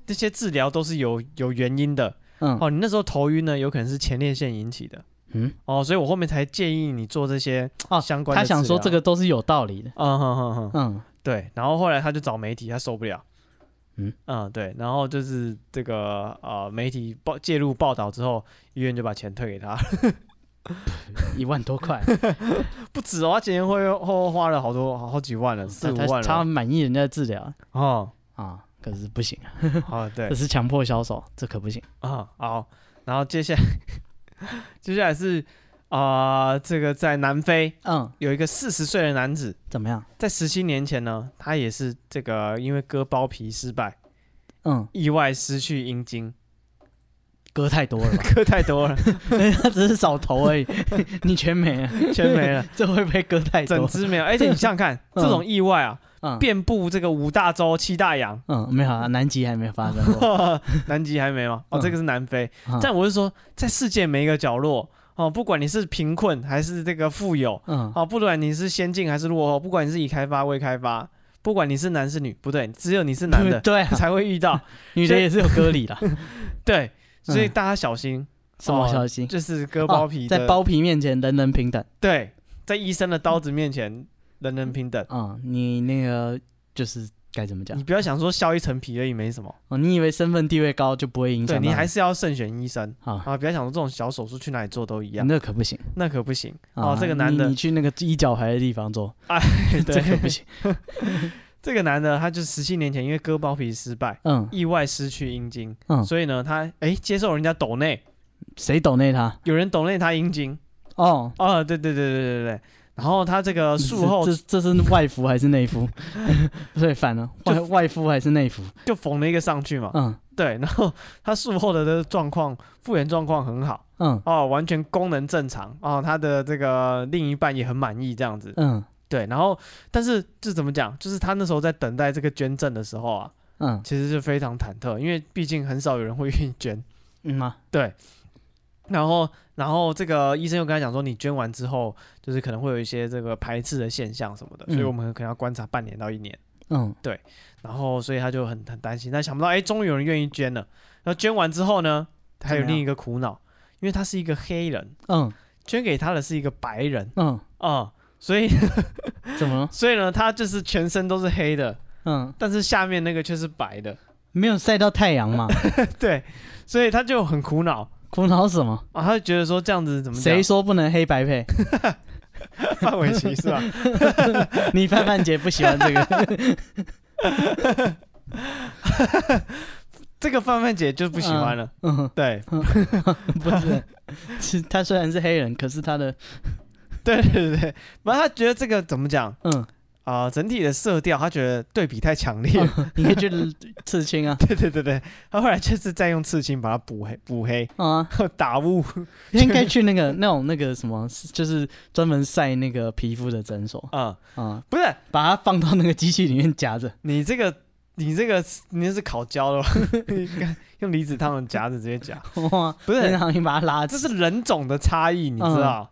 这些治疗都是有有原因的。
嗯
哦，你那时候头晕呢，有可能是前列腺引起的。
嗯，
哦，所以我后面才建议你做这些
哦
相关的啊
他
治疗。
想说这个都是有道理的，
嗯哼哼哼，
嗯
对。然后后来他就找媒体，他受不了。
嗯
对。然后就是这个呃，媒体报介入报道之后，医院就把钱退给他，
一万多块，
不止哦，他前前后后花了好多好好几万了，四五
他
万
他
了。
满意人家的治疗
哦，
啊，可是不行啊，
哦，对
这是强迫销售，这可不行，
啊，好。然后接下来， 接下来是啊、呃这个在南非
嗯，
有一个四十岁的男子，
怎么样？
在十七年前呢，他也是这个因为割包皮失败，
嗯，
意外失去阴茎，
割太多 了吧？
割太多了，
他只是少头而已， 你全没了，
全没了。
这会不会割太
整
多？
只没有，而且你想想看， 这
嗯
种意外啊，
嗯
遍布这个五大洲、七大 洋，
嗯，没有啊，南极还没发生 过。
南极还没吗？哦，
嗯
这个是南非。
嗯
但我是说，在世界每一个角落，哦，不管你是贫困还是这个富有，
嗯
哦，不管你是先进还是落后，不管你是已开发未开发，不管你是男是女，不对，只有你是男的
对啊，
才会遇到。
女的也是有割 礼啦。
对，所以
嗯
大家小心，
什么
哦
消息？
就是割包
哦
皮的，
在包皮面前人人平等。
对，在医生的刀子面前，人人平等。
嗯，你那个就是该怎么讲
你？不要想说削一层皮而已没什么，
哦，你以为身份地位高就不会影
对
响到？
你还是要慎选医生。
啊，
啊，不要想说这种小手术去哪里做都一样，
那可不行。
那可不行哦。这个男
啊你
的哎
你，去那个一脚踝的地方做， 这可
对，
不行。
这个男的，他就十七年前因为割包皮失败，
嗯，
意外失去阴茎，
嗯
所以呢，他哎接受人家抖内，
谁抖内他？
有人抖内他阴茎，
哦，
哦，对对对对对对，然后他这个呃术后
这这这是外服还是内服？ 不对，反了，
就
外外服还是内服？
就缝了一个上去嘛，
嗯
对，然后他术后的这个状况复原状况很好
嗯
哦，完全功能正常哦，他的这个另一半也很满意这样子，
嗯，
对，然后但是这怎么讲？就是他那时候在等待这个捐赠的时候啊，
嗯
其实是非常忐忑，因为毕竟很少有人会愿意捐。
嗯嘛，
对，然后然后这个医生又跟他讲说，你捐完之后，就是可能会有一些这个排斥的现象什么的，所以
嗯
我们可能要观察半年到一年。
嗯
然后所以他就很很担心，但想不到哎，终于有人愿意捐了。然后捐完之后呢，还有
怎么样
另一个苦恼，因为他是一个黑人，
嗯
捐给他的是一个白人
嗯，
啊、所以
怎么了？
所以呢，他就是全身都是黑的，
嗯，
但是下面那个却是白的，
没有晒到太阳嘛？
对，所以他就很苦恼
苦恼什么？
啊，他就觉得说这样子怎么讲
谁说不能黑白配？
范围歧视啊？
你范范姐不喜欢这个，
这个范范姐就不喜欢了，
嗯，
对
不是，是他虽然是黑人，可是他的
对对对对，反正他觉得这个怎么讲
嗯，
啊、整体的色调他觉得对比太强烈了，
你可以去刺青啊，
对对对对，他后来就是再用刺青把它补黑补黑，
啊，
打雾，
应该去那个 那种那个什么，就是专门晒那个皮肤的诊所
啊、
啊，
不是
把它放到那个机器里面夹着，
你这个你这个你那是烤焦了吧？你看用离子烫的 夹子直接夹，
哇，
不是
然后你把它拉，
这是人种的差异，你知道？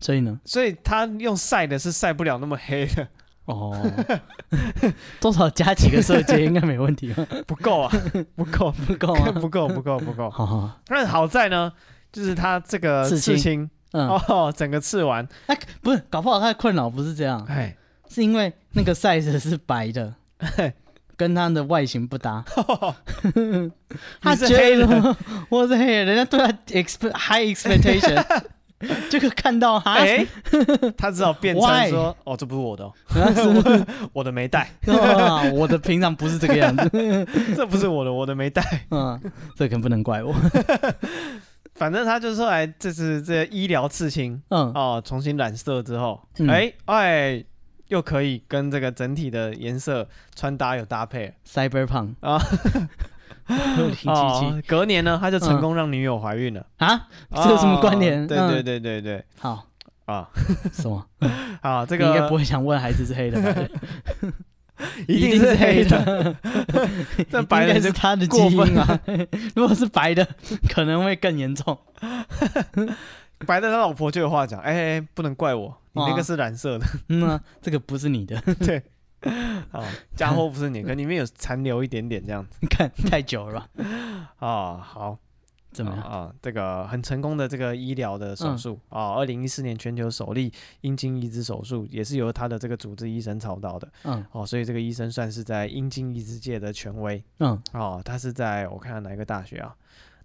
所以呢，
所以他用晒的是晒不了那么黑的，
哦， 多少加几个色阶应该没问题 吧？
不够啊，不够，
不够吗？
不够，不够，不够。
好好，
但好在呢，就是他这个
刺青
刺青
嗯，
哦，整个刺完，
哎、不是，搞不好他的困扰不是这样，
哎，
是因为那个 size 是白 的，跟他的外形不搭。他
你是黑
觉
人
得 我是黑人，人家对他 expect high expectation，结果看到他，
哎，他只好辩称
Why？
说，哦，这不是我的哦，
然后是
我的没带，
哇哦我的平常不是这个样子，
这不是我的，我的没带。
嗯，这可不能怪我，
反正他就是后来这次这医疗刺青
嗯，
哦，重新染色之后，
嗯
哎哎，又可以跟这个整体的颜色穿搭有搭配了
cyberpunk
啊。
二零七七
哦，隔年呢，他就成功让女友怀孕了。
啊，这有什么关联
哦对
嗯
对对对对，
好
啊
什么？
啊，这
你应该不
个
会想问孩子是黑的吧？
一定是黑的，
的，
但白
应
人
该
就是
他的基
过
因
分
啊。 如果是白的，可能会更严重。
白的他老婆就有话讲，哎、哎哎不能怪我，你那
啊
个是染色的
嗯、啊，这个不是你的，
啊，家伙不是你，可里面有残留一点点这样子
你看太久了吧？
啊，好，
怎么
啊
样？嗯
啊？这个很成功的这个医疗的手术啊，二零一四年全球首例阴茎移植手术也是由他的这个主治医生操刀的
嗯
哦、所以这个医生算是在阴茎移植界的权威
嗯
哦、他是在我看看哪一个大学啊？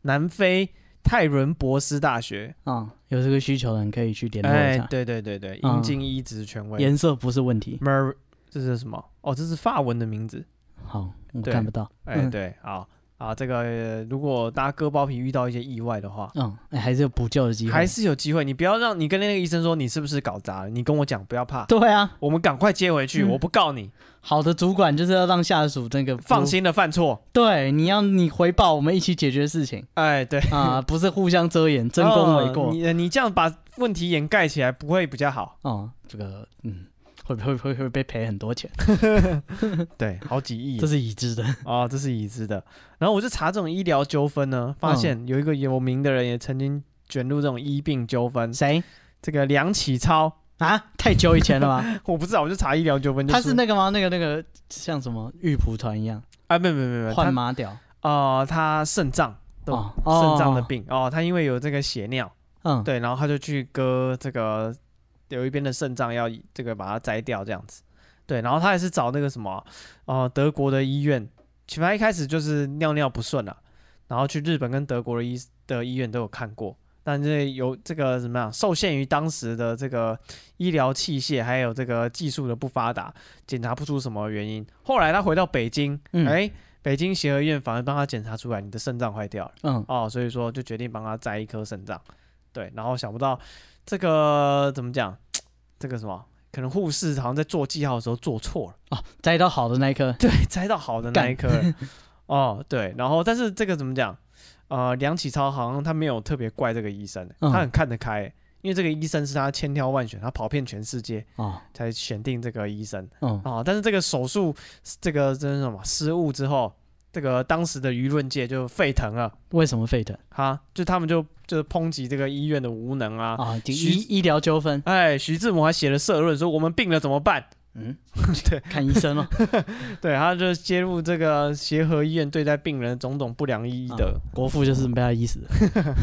南非泰伦博斯大学，
啊，有这个需求的人可以去联络一
哎，
下。
对对对对，
嗯
阴茎移植权威。
颜色不是问题。
Mer，这是什么？哦，这是法文的名字。
好，我
对
看不到。
哎、
嗯
对，好啊，这个、呃如果大家割包皮遇到一些意外的话，
嗯，哎，还是有补救的机会。
还是有机会。你不要让你跟那个医生说你是不是搞砸了，你跟我讲，不要怕，
对啊，
我们赶快接回去，
嗯
我不告你，
好的主管就是要让下属那个
放。心的犯错。
对，你要你回报，我们一起解决事情
哎， 对，
啊，不是互相遮掩、争功诿过
哦。你你这样把问题掩盖起来，不会比较 好？
哦，这个嗯，会会会会被赔很多钱，
对，好几亿
这是已知的。
啊、这是已知的。然后我就查这种医疗纠纷呢，
嗯
发现有一个有名的人也曾经卷入这种医病纠纷。
谁
这个梁启超，
啊？太久以前了吧？
我不知道，我就查医疗纠纷 就输。
他是那个吗？那个那个像什么玉蒲团一样
啊，没有没有没有没有，
换
他
马屌
哦，他肾脏的
哦
肾脏的
哦
病哦，他因为有这个血尿，
嗯，
对，然后他就去割这个有一边的肾脏要这个把它摘掉这样子，对，然后他也是找那个什么哦、呃德国的医院，起码一开始就是尿尿不顺啊，然后去日本跟德国的医的医院都有看过。但是有这个怎么样，受限于当时的这个医疗器械还有这个技术的不发达，检查不出什么原因。后来他回到北京，哎、
嗯
北京协和医院反而帮他检查出来你的肾脏坏掉了。
嗯
哦，所以说就决定帮他摘一颗肾脏。对，然后想不到这个怎么讲，这个什么，可能护士好像在做记号的时候做错了，
哦，摘到好的那一颗，
对，摘到好的那一颗了。哦，对，然后但是这个怎么讲？呃，梁启超好像他没有特别怪这个医生，
嗯
他很看得开，因为这个医生是他千挑万选，他跑遍全世界
哦，
才选定这个医生
嗯，
啊、哦。但是这个手术这个这是什么失误之后，这个当时的舆论界就沸腾了，
为什么沸腾
哈，就他们就就抨击这个医院的无能啊。
啊？就
徐
医医疗纠纷，
哎，徐志摩还写了社论说我们病了怎么 办？
嗯，
对
看医生了，
对，他就揭露这个协和医院对待病人种种不良医德
啊国父就是被他医死的，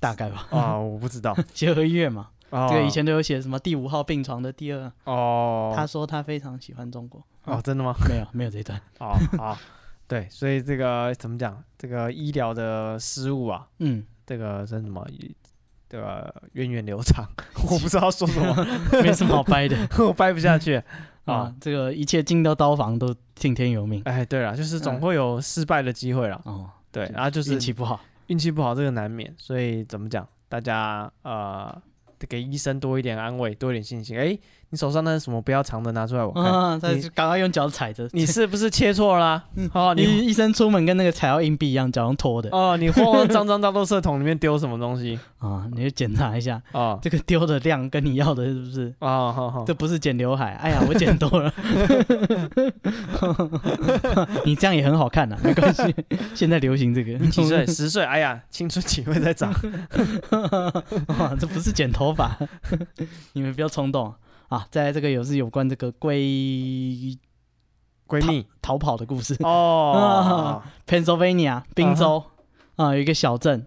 大概吧，
啊，我不知道。
结合医院嘛，
哦
哦这个以前都有写什么第五号病床的第二，
哦，
他说他非常喜欢中 国，
哦，真的吗？
没有没有这一段，
哦，好，对，所以这个怎么讲？这个医疗的失误啊，
嗯，
这个是什么？这个源远流长， 我不知道说什 么，
嗯没什么好掰的
我掰不下去啊
啊。，这个一切进到刀房都听天由命
哎，对了，就是总会有失败的机会了，
哦，
对，
就
然后就是
运气不好，
运气不好，这个难免。所以怎么讲，大家呃，给医生多一点安慰，多一点信心。哎，你手上那是什么？不要藏的拿出来我看。
啊，他
你
就赶快用脚踩着，
你是不是切错啦、
嗯
哦，
你
你
医生出门跟那个踩到硬币一样，脚上拖的
哦，你慌慌张张到垃圾桶里面丢什么东西？
啊，你就检查一下
哦
这个丢的量跟你要的是不是？
哦，好好
这，不是剪刘海，哎呀，我剪多了。 你这样也很好看呐、没关系。现在流行这个，
几岁？十岁？哎呀，青春期会在长。
哇这不是剪头发， 你们不要冲动啊啊！再来这个也是有关这个龟
闺 蜜
逃跑的故事
哦，
啊，Pennsylvania 宾州啊、有一个小镇。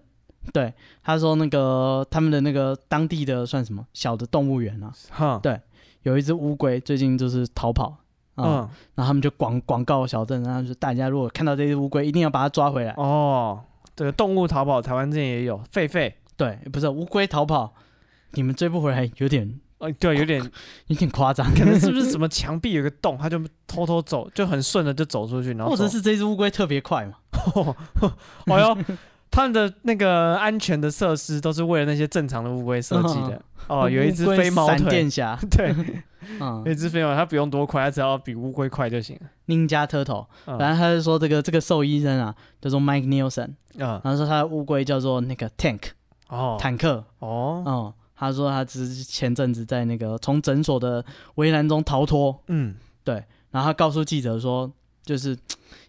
对，他说那个他们的那个当地的算什么小的动物园啊，
哼，
有一只乌龟最近就是逃跑啊，
嗯，
然后他们就广广告小镇，然后就大家如果看到这只乌龟，一定要把它抓回来。
哦，这个动物逃跑，台湾之前也有，狒狒，
对，不是乌龟逃跑，你们追不回来，有点
哦，对，有点，
有点 夸张，
可能是不是什么墙壁有个洞，它就偷偷走，就很顺的就走出去，然后
或者
走
是这只乌龟特别快嘛？
哎呦，他们的那个安全的设施都是为了那些正常的乌龟设计 的。哦，有一只
啊乌龟
飞毛
闪
腿，
电侠，
对， 有
嗯，
一只飞毛，它不用多快，它只要比乌龟快就行了。
宁家 turtle。
嗯
然后他就说这个这个兽医生啊，叫做 Mike Nielsen，
嗯，
然后说他的乌龟叫做那个 Tank
哦，
坦克，
哦，
嗯，他说他只是前阵子在那个从诊所的围栏中逃脱，
嗯，
然后他告诉记者说，就是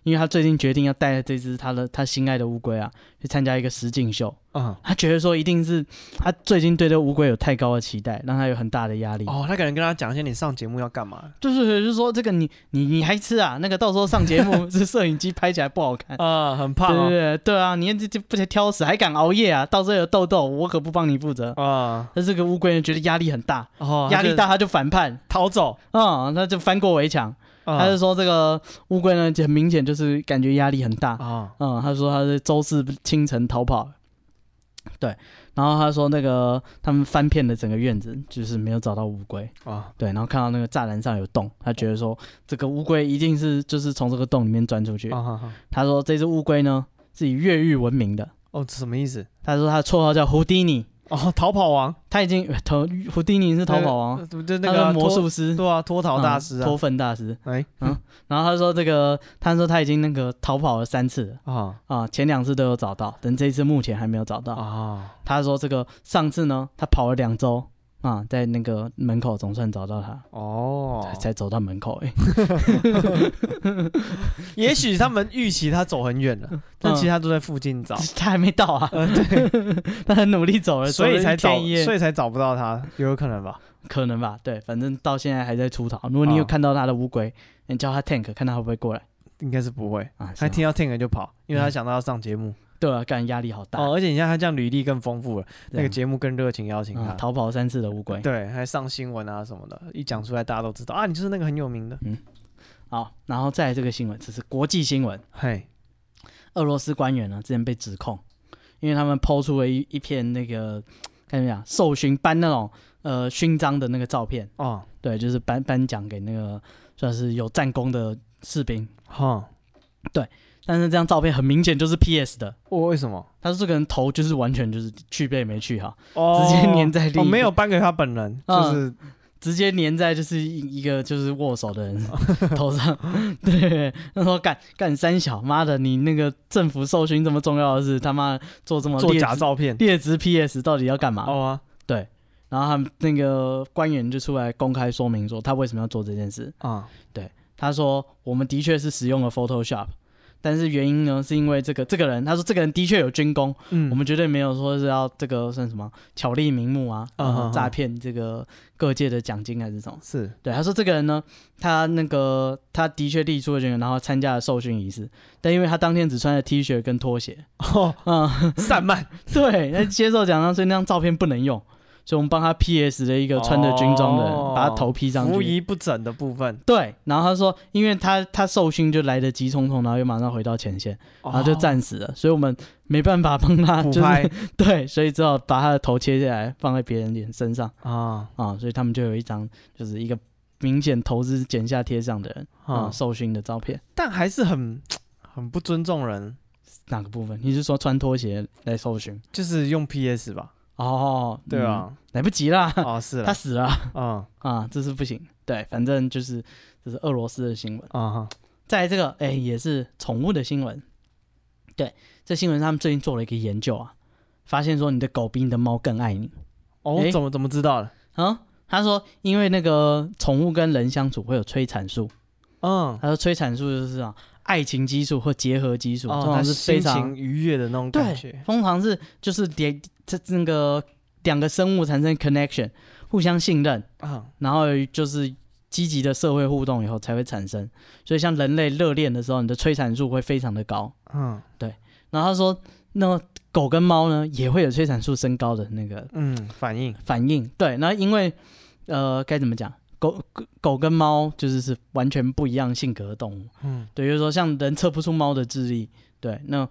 因为他最近决定要带着这只他的他心爱的乌龟啊，去参加一个实景秀。
嗯，
他觉得说一定是他最近对这乌龟有太高的期待，让他有很大的压力。
哦，他可能跟他讲一下你上节目要干嘛
就是就是说这个你你你还吃啊？那个到时候上 节目这摄影机拍起来不好看。
啊，很
对
胖
嗯对
哦
对对啊！你这这不挑食，还敢熬夜啊？到时候有痘痘，我可不帮你负责。
啊，
那这个乌龟呢，觉得压力很大，
哦，
压力
他
大他就反叛，
就逃走，啊
嗯，他就翻过围墙。他
他
是说这个乌龟呢，很明显就是感觉压力很大，
啊，
嗯，他说他是周四清晨逃跑，对，然后他说那个他们翻遍了整个院子，就是没有找到乌龟，
啊，
对，然后看到那个栅栏上有洞，他觉得说这个乌龟一定是就是从这个洞里面钻出去。
啊哈哈，
他说这只乌龟呢是以越狱闻名的，
哦，这什么意思？
他说他的绰号叫胡迪尼，
哦，逃跑王，
他已经逃胡迪尼是逃跑王，
呃就那
他是
个
魔
脱，
术 师。
对啊，脱逃大师
嗯
啊
脱，粪大师。
哎，
然后他说这个，他说他已经那个逃跑了三次了
啊
啊，前两次都有找到，但这一次目前还没有找到。
啊，
他说这个上次呢，他跑了两周啊，在那个门口总算找到他，
哦
才，才走到门口哎、
也许他们预期他走很远了，但其实他都在附近找，
他 还没到啊， 他很努力走了，
呃所以
走了
才
一
找
天一，夜
所以才找不到他，有可能吧？
可能吧，对，反正到现在还在出逃。如果你有
哦
看到他的乌龟，你叫他 tank，看他会不会过来
应该是不会。
啊？
他
是吗
听到 Tank 就跑，因为他想到要上节目
对啊，干压力好大，
哦，而且你看他这样履历更丰富了，
这
那
样
个节目更热情邀请
啊
他，
逃跑三次的乌龟。
对，还上新闻啊什么的，一讲出来大家都知道啊，你就是那个很有名的，
好，然后再来这个新闻，这是国际新闻，
嘿，
俄罗斯官员呢之前被指控，因为他们抛出了一一片那个看见没有授勋颁那种呃勋章的那个照片，
哦，
对，就是颁颁奖给那个算是有战功的士兵，
哈，
但是这张照片很明显就是 PS 的，
我哦为什么？
他说这个人头就是完全就是去背没去好，
哦，
直接粘在另
哦，
一
没有颁给他本人，就
嗯
是
直接粘在就是一一个就是握手的人
哦
头上， 对，他说干干三小，妈的，你那个政府授勋这么重要的事，他妈做这么
做
劣
假
质
照片，
劣质 PS 到底要干嘛？
哦啊，
对，然后他们那个官员就出来公开说明说他为什么要做这件事。
啊、
他说我们的确是使用了 Photoshop，但是原因呢是因为这个这个人，他说这个人的确有军功，
嗯，
我们绝对没有说是要这个算什么巧立名目啊，
啊
然后
啊啊
诈骗这个各界的奖金还是什么。
是
对，他说这个人呢，他那个他的确立出了军人，然后参加了受训仪式，但因为他当天只穿了 T 恤跟拖鞋，
哦，
嗯，
散 漫，
对，他接受奖章，所以那张照片不能用，所以我们帮他 PS 了一个穿着军装的人，
哦
把他头 P 上
服
去。
仪不整的部分，
对，然后他说，因为他他受训就来得急匆匆，然后又马上回到前线，然啊后就
在
战死了，所以我们没办法帮 他，
哦啊补
就是
拍
对，所以只好把他的头切下来放在别人脸身上
啊
啊、所以他们就有一张就是一个明显头是剪下贴上的人啊、
啊，
受训的照片。
但还是很很不尊重人，
哪个部分？你是说穿拖鞋来受训？
就是用 PS 吧，
哦，
对
嗯，
啊，
来不及啦，
哦是
他
了，
死了。
嗯
啊，这是不行。对，反正就是这是俄罗斯的新闻。
啊哈
再来这个，哎、也是宠物的新闻。对，这新闻他们最近做了一个研究啊，发现说你的狗比你的猫更爱你
哦
诶，
怎么怎么知道的？
啊。他说，因为那个宠物跟人相处会有催产素，
嗯，
他说催产素就是啊，爱情激素或结合激素，
哦，
通
他
常是非
心情
常
愉悦的那种
对
感觉，
通常是就是连这那个两个生物产生 connection，互相信任，
啊
然后就是积极的社会互动以后才会产生。所以像人类热恋的时候，你的催产素会非常的高。
嗯
然后他说，那狗跟猫呢也会有催产素升高的那个
嗯，反应
反应。对，那因为呃该怎么讲？狗狗狗跟猫就是是完全不一样性格的动物，
嗯
对，就是说像人测不出猫的智力，对，那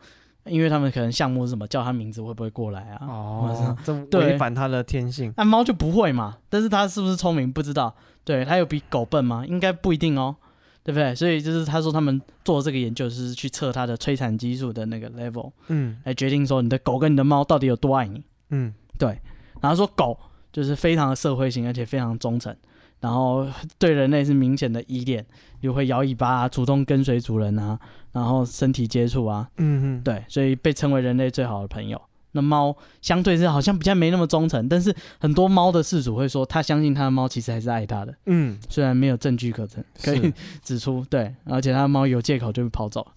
因为他们可能项目是什么，叫它名字会不会过来啊？
哦，这
对
违反他的天性，
那猫就不会嘛，但是它是不是聪明不知道，对，它有比狗笨吗？应该不一定哦，对不对？所以就是他说他们做这个研究就是去测它的催产激素的那个 level，
嗯
来决定说你的狗跟你的猫到底有多爱你。
嗯
然后说狗就是非常的社会性，而且非常忠诚，然后对人类是明显的依恋，就会摇尾巴啊，主动跟随主人啊，然后身体接触啊，
嗯嗯，
对，所以被称为人类最好的朋友。那猫相对是好像比较没那么忠诚，但是很多猫的饲主会说，他相信他的猫其实还是爱他的，
嗯
虽然没有证据 可证可以
是
指出，对，而且他的猫有借口就会跑 走，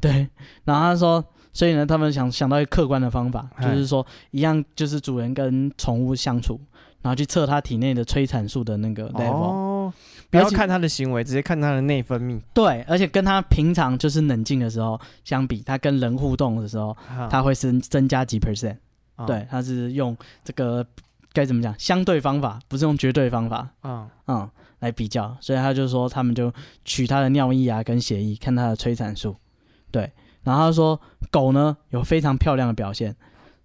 对。然后他说，所以呢，他们想想到一个客观的方法，就
哎
是说一样就是主人跟宠物相处，然后去测它体内的催产素的那个 level，、
哦，不要
而且
看他的行为，直接看他的内分泌，
对，而且跟它平常就是冷静的时候相比，它跟人互动的时候，
啊
它会增增加几 percent。
啊
对，他是用这个该怎么讲相对方法，不是用绝对方法，
啊
嗯，来比较，所以他就说他们就取他的尿液啊跟血液，看他的催产素，对，然后他说狗呢有非常漂亮的表现，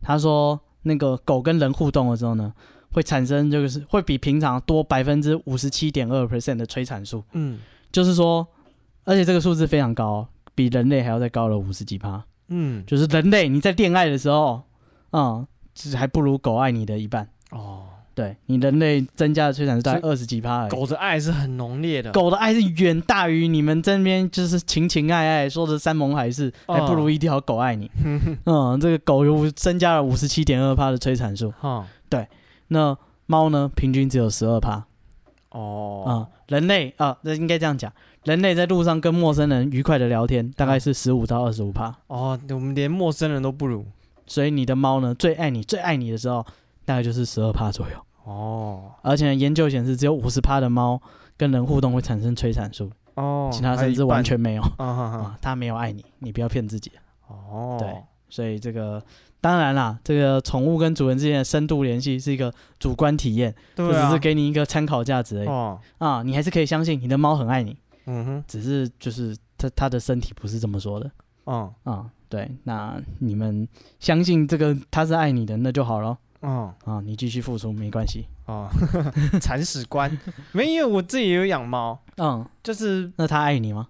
他说那个狗跟人互动的时候呢，会产生就是会比平常多百分之五十七点二 percent 的催产素，
嗯
就是说，而且这个数字非常高哦，比人类还要再高了五十几趴，
嗯
就是人类你在恋爱的时候，嗯，就是还不如狗爱你的一半。
哦，
对你人类增加的催产素大概
所
二十几趴而已，
狗的爱是很浓烈的，
狗的爱是远大于你们这边就是情情爱爱说的山盟海誓，
哦
还不如一条狗 爱你。嗯，这个狗有增加了五十七点二趴的催产素，
哈
那猫呢平均只有十二趴。
哦
啊、人类啊，那、应该这样讲，人类在路上跟陌生人愉快的聊天，大概是十五到二十五趴。
哦，我们连陌生人都不如
所以你的猫呢，最爱你、最爱你的时候，大概就是十二趴左右。
哦
而且呢研究显示，只有五十趴的猫跟人互动会产生催产素，
哦，
其他
还有
甚
一
至完
半
全嗯没有。
啊哈哈
啊，它没有爱你，你不要骗自己。
哦
对所以这个当然啦，这个宠物跟主人之间的深度联系是一个主观体验，
对
这只
啊
是给你一个参考价值而已、
哦
啊。你还是可以相信你的猫很爱你，
嗯哼
只是就是它它的身体不是这么说的
哦
啊。对，那你们相信这个它是爱你的，那就好了
哦
啊。你继续付出没关系。
哦， 铲屎 官没有，我自己也有养猫，
嗯，
就是
那它爱你吗？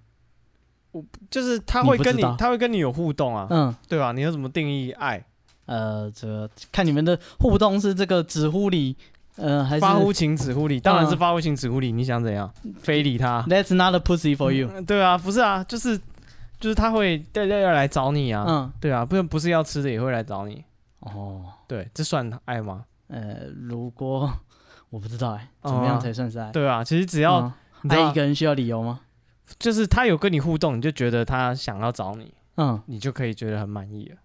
就是它
你
会
不
跟
知
你
道
它会跟你有互动啊，
嗯，
对吧？你要怎么定义爱？
呃，这个看你们的互动是这个纸糊里，呃，还是
发乎情，止乎礼，当然是
嗯
发乎情，止乎礼。你想怎样？非礼他？
That's not a pussy for you。
嗯对啊，不是啊，就是就是他会对对要来找你啊，
嗯，
对啊，不然不是要吃的也会来找你，
哦。
对，这算爱吗？
呃，如果我不知道哎、怎么样才算是爱？
对啊，其实只
只
要、你知道
嗯爱一个人需要理由吗？
就是他有跟你互动，你就觉得他想要找你，
嗯，
你就可以觉得很满意了。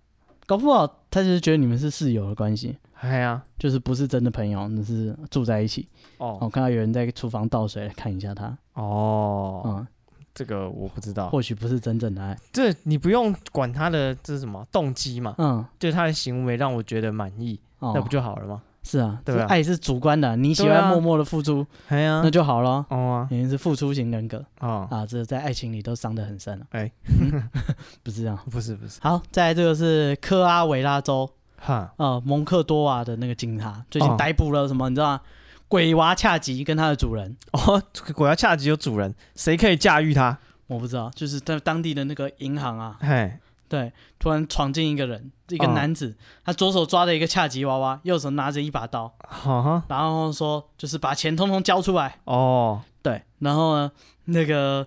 搞不好他就是觉得你们是室友的关系，
哎呀，
就是不是真的朋友，那是住在一起。我、
哦
看到有人在厨房倒水，看一下他，
哦，
嗯，
这个我不知道，
或许不是真正的爱，
这你不用管他的这是什么动机嘛，
嗯，
就他的行为让我觉得满意，
哦，
那不就好了吗？
是啊，
对啊
这爱是主观的，你喜
对啊
欢默默的付出，
哎呀
那，就好了。
哦
你是付出型人格
啊，哦，
啊，这在爱情里都伤得很深了。
哎
嗯 不是这样。
不是不是，
好，再来这个是科阿维拉州，
哈，
呃，蒙克多瓦的那个警察最
哦
近逮捕了什么，你知道吗？鬼娃恰吉跟他的主人，
哦，这个果要恰吉有主人，谁可以驾驭他？
我不知道，就是在当地的那个银行啊，
嘿，
对，突然闯进一个人，一个
哦
男子，他左手抓着一个恰吉娃娃，右手拿着一把刀，
哈哈，
然后说就是把钱通通交出来，
哦，
对，然后呢，那个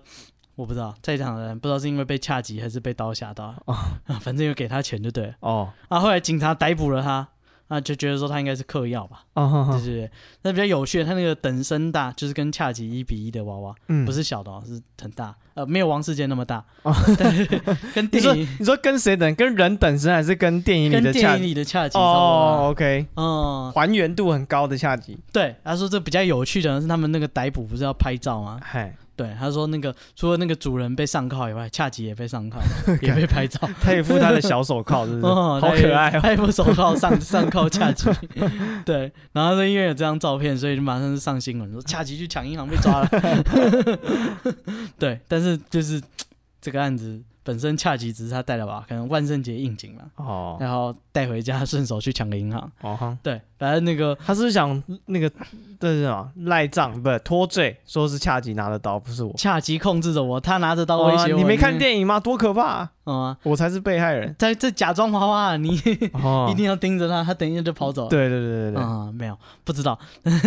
我不知道在场的人不知道是因为被恰吉还是被刀吓到，
哦
啊， 反正有给他钱就对了。
哦，
啊，后来警察逮捕了他，啊，就觉得说他应该是嗑药吧，
哦，哈
对
哈
对对。那比较有趣的，他那个等身大就是跟恰吉一比一的娃娃，
嗯，
不是小的、哦，是很大，呃，没有王世坚那么大，
哦
但是 跟
你说
电影
你说跟谁等？跟人等身还是跟电影里
跟
的恰
电影？里的恰吉差不多啊
哦
啦。
，OK，
嗯，
还原度很高的恰吉，
对，他说这比较有趣的是他们那个逮捕不是要拍照吗？
嗨，
对，他说那个除了那个主人被上铐以外，恰吉也被 上铐，也被拍照。
他也附他的小手铐，是不是？
哦，
好可爱哦。
他一副手铐上上铐恰吉，对，然后因为有这张照片，所以就马上就上新闻说恰吉去抢银行被抓了。 对，但是就是这个案子本身恰吉只是他带了吧，可能万圣节应景嘛，
哦
然后带回家顺手去抢个银行。
哦哈，
对，反正那个
他是不是想那个这是什么赖账？不是脱罪，说是恰吉拿的刀，不是我。
恰吉控制着我，他拿着刀威胁
哇
我。
哦你没看电影吗？多可怕啊！
影啊？。
我才是被害人
在这假装娃娃啊，你
哦
一定要盯着他，他等一下就跑走了。
对对对对对，
啊、没有，不知道。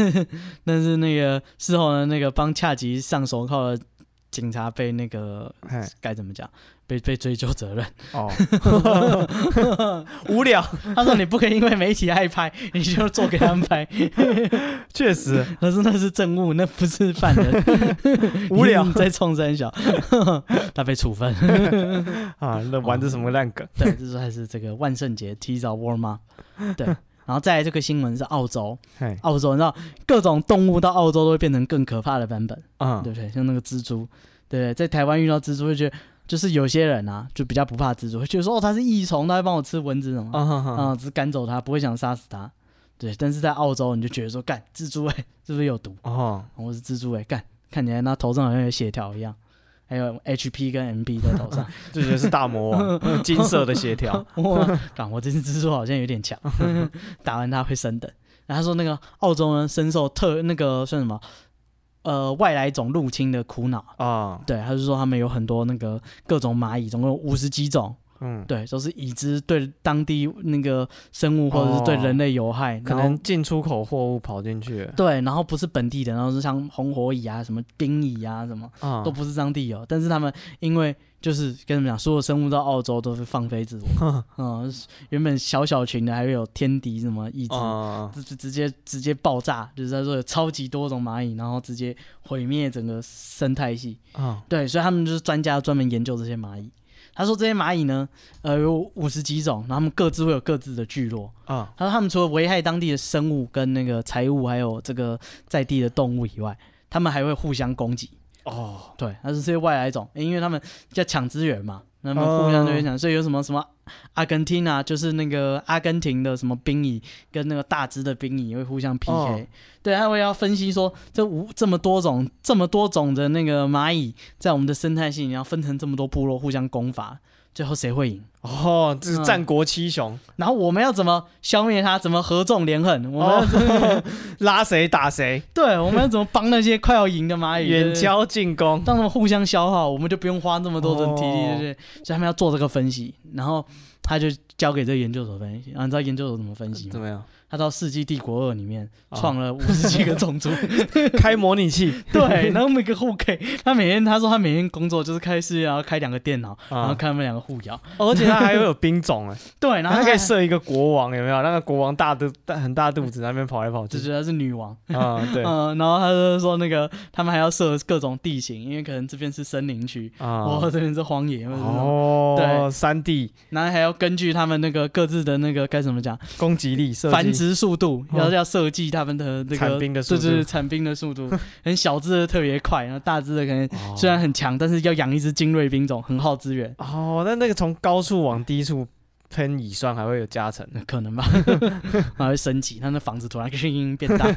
但是那个事后呢，那个帮恰吉上手铐的警察被那个
哎
该怎么讲，被被追究责任。
哦，无聊，
他说你不可以因为媒体爱拍，你就做给他们拍。
确实
可是那是政务，那不是犯人。
无聊
你在冲三小， 他被处分。
啊！那玩的什么烂梗？
对，这算是这个万圣节提早 warm up。对，然后再来这个新闻是澳洲，
哎，
澳洲你知道各种动物到澳洲都会变成更可怕的版本。
嗯，
对不对？像那个蜘蛛，对不对？在台湾遇到蜘蛛，会觉得就是有些人啊，就比较不怕蜘蛛，会觉得说哦，它是益虫，它会帮我吃蚊子什么
啊哈
啊、
哈，
只是赶走它，不会想杀死它。对，但是在澳洲，你就觉得说，干蜘蛛哎、是不是有毒？
哦，
我是蜘蛛哎、干看起来那头上好像有血条一样，还有 HP 跟 MB 在头上。
这就是大魔 王，金色的协 调。
哇，干我这只蜘蛛好像有点强， 打完它会升等。然后他说那个澳洲呢，深受特那个算什么呃外来种入侵的苦恼。
啊，
对，他就说他们有很多那个各种蚂蚁，总共五十几种，
嗯，
对，都是已知对当地那个生物或者是对人类有害，
哦可
然
能
后
进出口货物跑进去了
对，然后不是本地的，然后是像红火蚁啊、什么冰蚁啊、什么
啊，
都不是当地有，但是他们因为就是跟你们讲，所有生物到澳洲都是放飞 自我，嗯，原本小小群的还会有天敌什么异族。
啊，
直直直接直接爆炸，就是他说有超级多种蚂蚁，然后直接毁灭整个生态系。
啊
对，所以他们就是专家专门研究这些蚂蚁。他说这些蚂蚁呢，呃，有五十几种，然后他们各自会有各自的聚落。
啊，
他说他们除了危害当地的生物跟那个财物，还有这个在地的动物以外，他们还会互相攻击。
哦，
对，他说这些外来种，因为他们要抢资源嘛，那么互相就
哦
会抢。所以有什么什么阿根廷啊，就是那个阿根廷的什么兵蚁跟那个大只的兵蚁会互相 PK、
哦
对，他会要分析说这五这么多种这么多种的那个蚂蚁在我们的生态系，你要分成这么多部落互相攻伐，最后谁会赢？
哦，这是战国七雄，
然后我们要怎么消灭它？怎么合纵连横？我们要、
哦， 拉谁打谁，
对，我们要怎么帮那些快要赢的蚂蚁？
远
对
交近攻，
让他们互相消耗，我们就不用花那么多的体力，
哦
对不对？所以他们要做这个分析，然后他就交给这个研究所分析。然后啊你知道研究所怎么分析
怎
吗？
么样？
他到《世纪帝国二》里面
嗯哦
创了五十几个种族，
开模拟器，
对，然后每个互 K，他每天他说他每天工作就是开世界，然后开两个电脑，然后
啊，
看他们两个互咬，
而且它还会有兵种 哎，
对，然后
它可以
还
设一个国王，有没有？那个国王大肚大很大肚子，在那边跑来跑
就
去
觉得她是女王，
啊，对啊，
嗯，然后他就说那个他们还要设各种地形，因为可能这边是森林区，
啊
哦，这边是荒野，或者是什么
哦，
对
三 D
然后还要根据他们那个各自的那个该怎么讲，
攻击力设计
繁殖速度，
哦
要要设计他们的那
残
个，
兵的速
对
度
对，对产兵 的速度，很小只的特别快，然后大只的可能
哦
虽然很强，但是要养一只精锐兵种很耗资源，
哦，那那个从高处往低处喷乙酸还会有加成，
那可能 吧，还会升级，他那房子突然 变 大，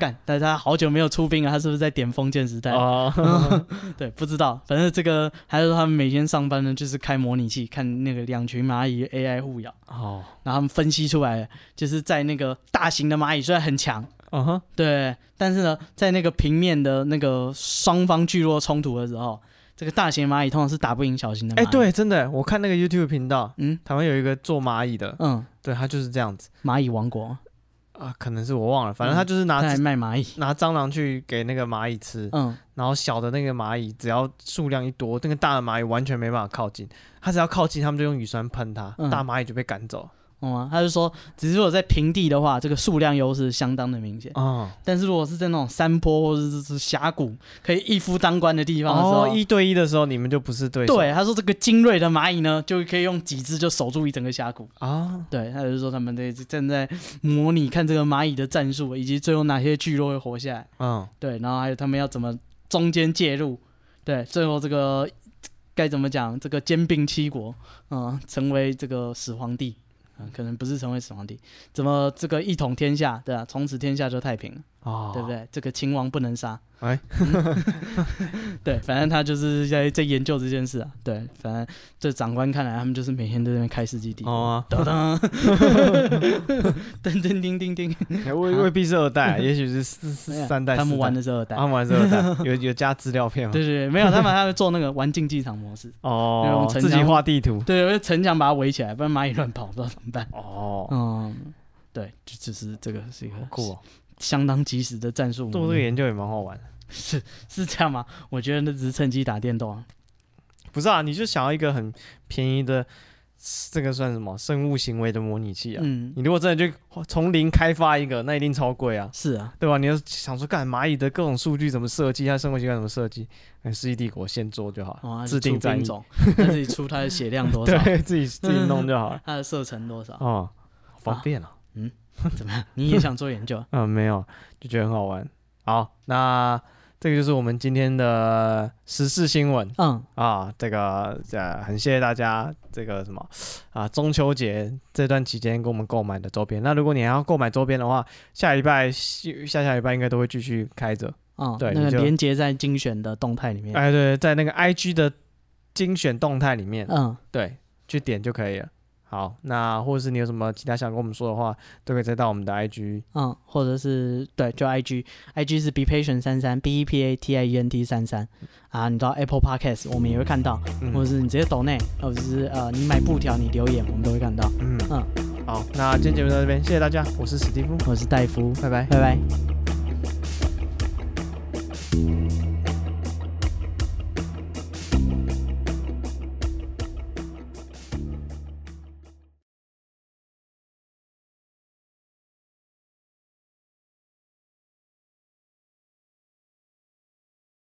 干，但是他好久没有出兵了，他是不是在点封建时代？
哦，
嗯对，不知道，反正这个还是他们每天上班呢，就是开模拟器，看那个两群蚂蚁 AI 互咬，
哦，
然后他们分析出来，就是在那个大型的蚂蚁虽然很强，
嗯哼，
对，但是呢，在那个平面的那个双方聚落冲突的时候，这个大型蚂蚁通常是打不赢小型的蚂
哎，
蚁。，
对，真的，我看那个 YouTube 频道，
嗯
台湾有一个做蚂蚁的，
嗯，
对他就是这样子
蚂蚁王国，
啊，可能是我忘了，反正他就是
他
拿
还卖蚂蚁，
拿蟑螂去给那个蚂蚁吃，
嗯，
然后小的那个蚂蚁只要数量一多，那个大的蚂蚁完全没办法靠近，它只要靠近，他们就用乙酸喷它，
嗯
大蚂蚁就被赶走。
懂吗？哦他就说，只是如果在平地的话，这个数量优势相当的明显，
哦，
但是如果是在那种山坡或者是是峡谷，可以一夫当关的地方的时候，
哦，一对一的时候你们就不是对手。
对，他说这个精锐的蚂蚁呢，就可以用几只就守住一整个峡谷。
啊，
对，他就说他们在正在模拟看这个蚂蚁的战术，以及最后哪些聚落会活下来。
嗯，
对，然后还有他们要怎么中间介入。对，最后这个该怎么讲？这个兼并七国，嗯，成为这个始皇帝。嗯，可能不是成为始皇帝，怎么这个一统天下，对啊，从此天下就太平了，
哦，
对不？对？这个秦王不能杀，
哎，
对，反正他就是在在研究这件事啊。对，反正这长官看来，他们就是每天在那边开世纪帝国。
哦
噔噔 噔噔叮叮叮，
啊，未未必是二 代，啊也许是四四三代。
哎他们玩
四代
的是二代
啊，他。们玩的是二 代，有有加资料片吗？
对对对，没有，他们还会做那个玩竞技场模式，那
哦
种，城
自己
墙
画地图。
对，会城墙把它围起来，不然蚂蚁乱跑，不知道怎么办。
哦，
嗯，对，就就是这个是一个
好酷哦，
相当及时的战术。
做这个研究也蛮好玩的。
是是这样吗？我觉得那只是趁机打电动啊。
不是啊，你就想要一个很便宜的，这个算什么生物行为的模拟器啊？
嗯，
你如果真的就从零开发一个，那一定超贵啊，
是啊，
对吧？你要想说，干蚂蚁的各种数据怎么设计，它生活习惯怎么设计，哎，世纪帝国先做就好，
哇，
了，制定
哦出
战
兵
役，
种，他自己出他的血量多少，
对自己自己弄就好了。
他的射程多少，
哦，好方便啊，
怎么样？你也想做研究？
嗯，没有，就觉得很好玩。好，那这个就是我们今天的时事新闻。
嗯，
啊，这个呃，很谢谢大家这个什么啊，中秋节这段期间给我们购买的周边。那如果你还要购买周边的话，下礼拜、下下礼拜应该都会继续开着。
哦，
对
那
你
个
就
连接在精选的动态里面。
哎，对，在那个 IG 的精选动态里面，
嗯，
对，去点就可以了。好，那或者是你有什么其他想跟我们说的话，都可以再到我们的 IG。
嗯，或者是对，就 I G I G 是 be patient 三三 B E P A T I E N T 三三啊，你到 Apple Podcast 我们也会看到，或者
嗯
是你直接抖内，或者是呃你买布条你留言我们都会看到。
嗯
嗯
好，那今天节目到这边，谢谢大家，我是史蒂夫，
我是戴夫，
拜拜。
拜拜。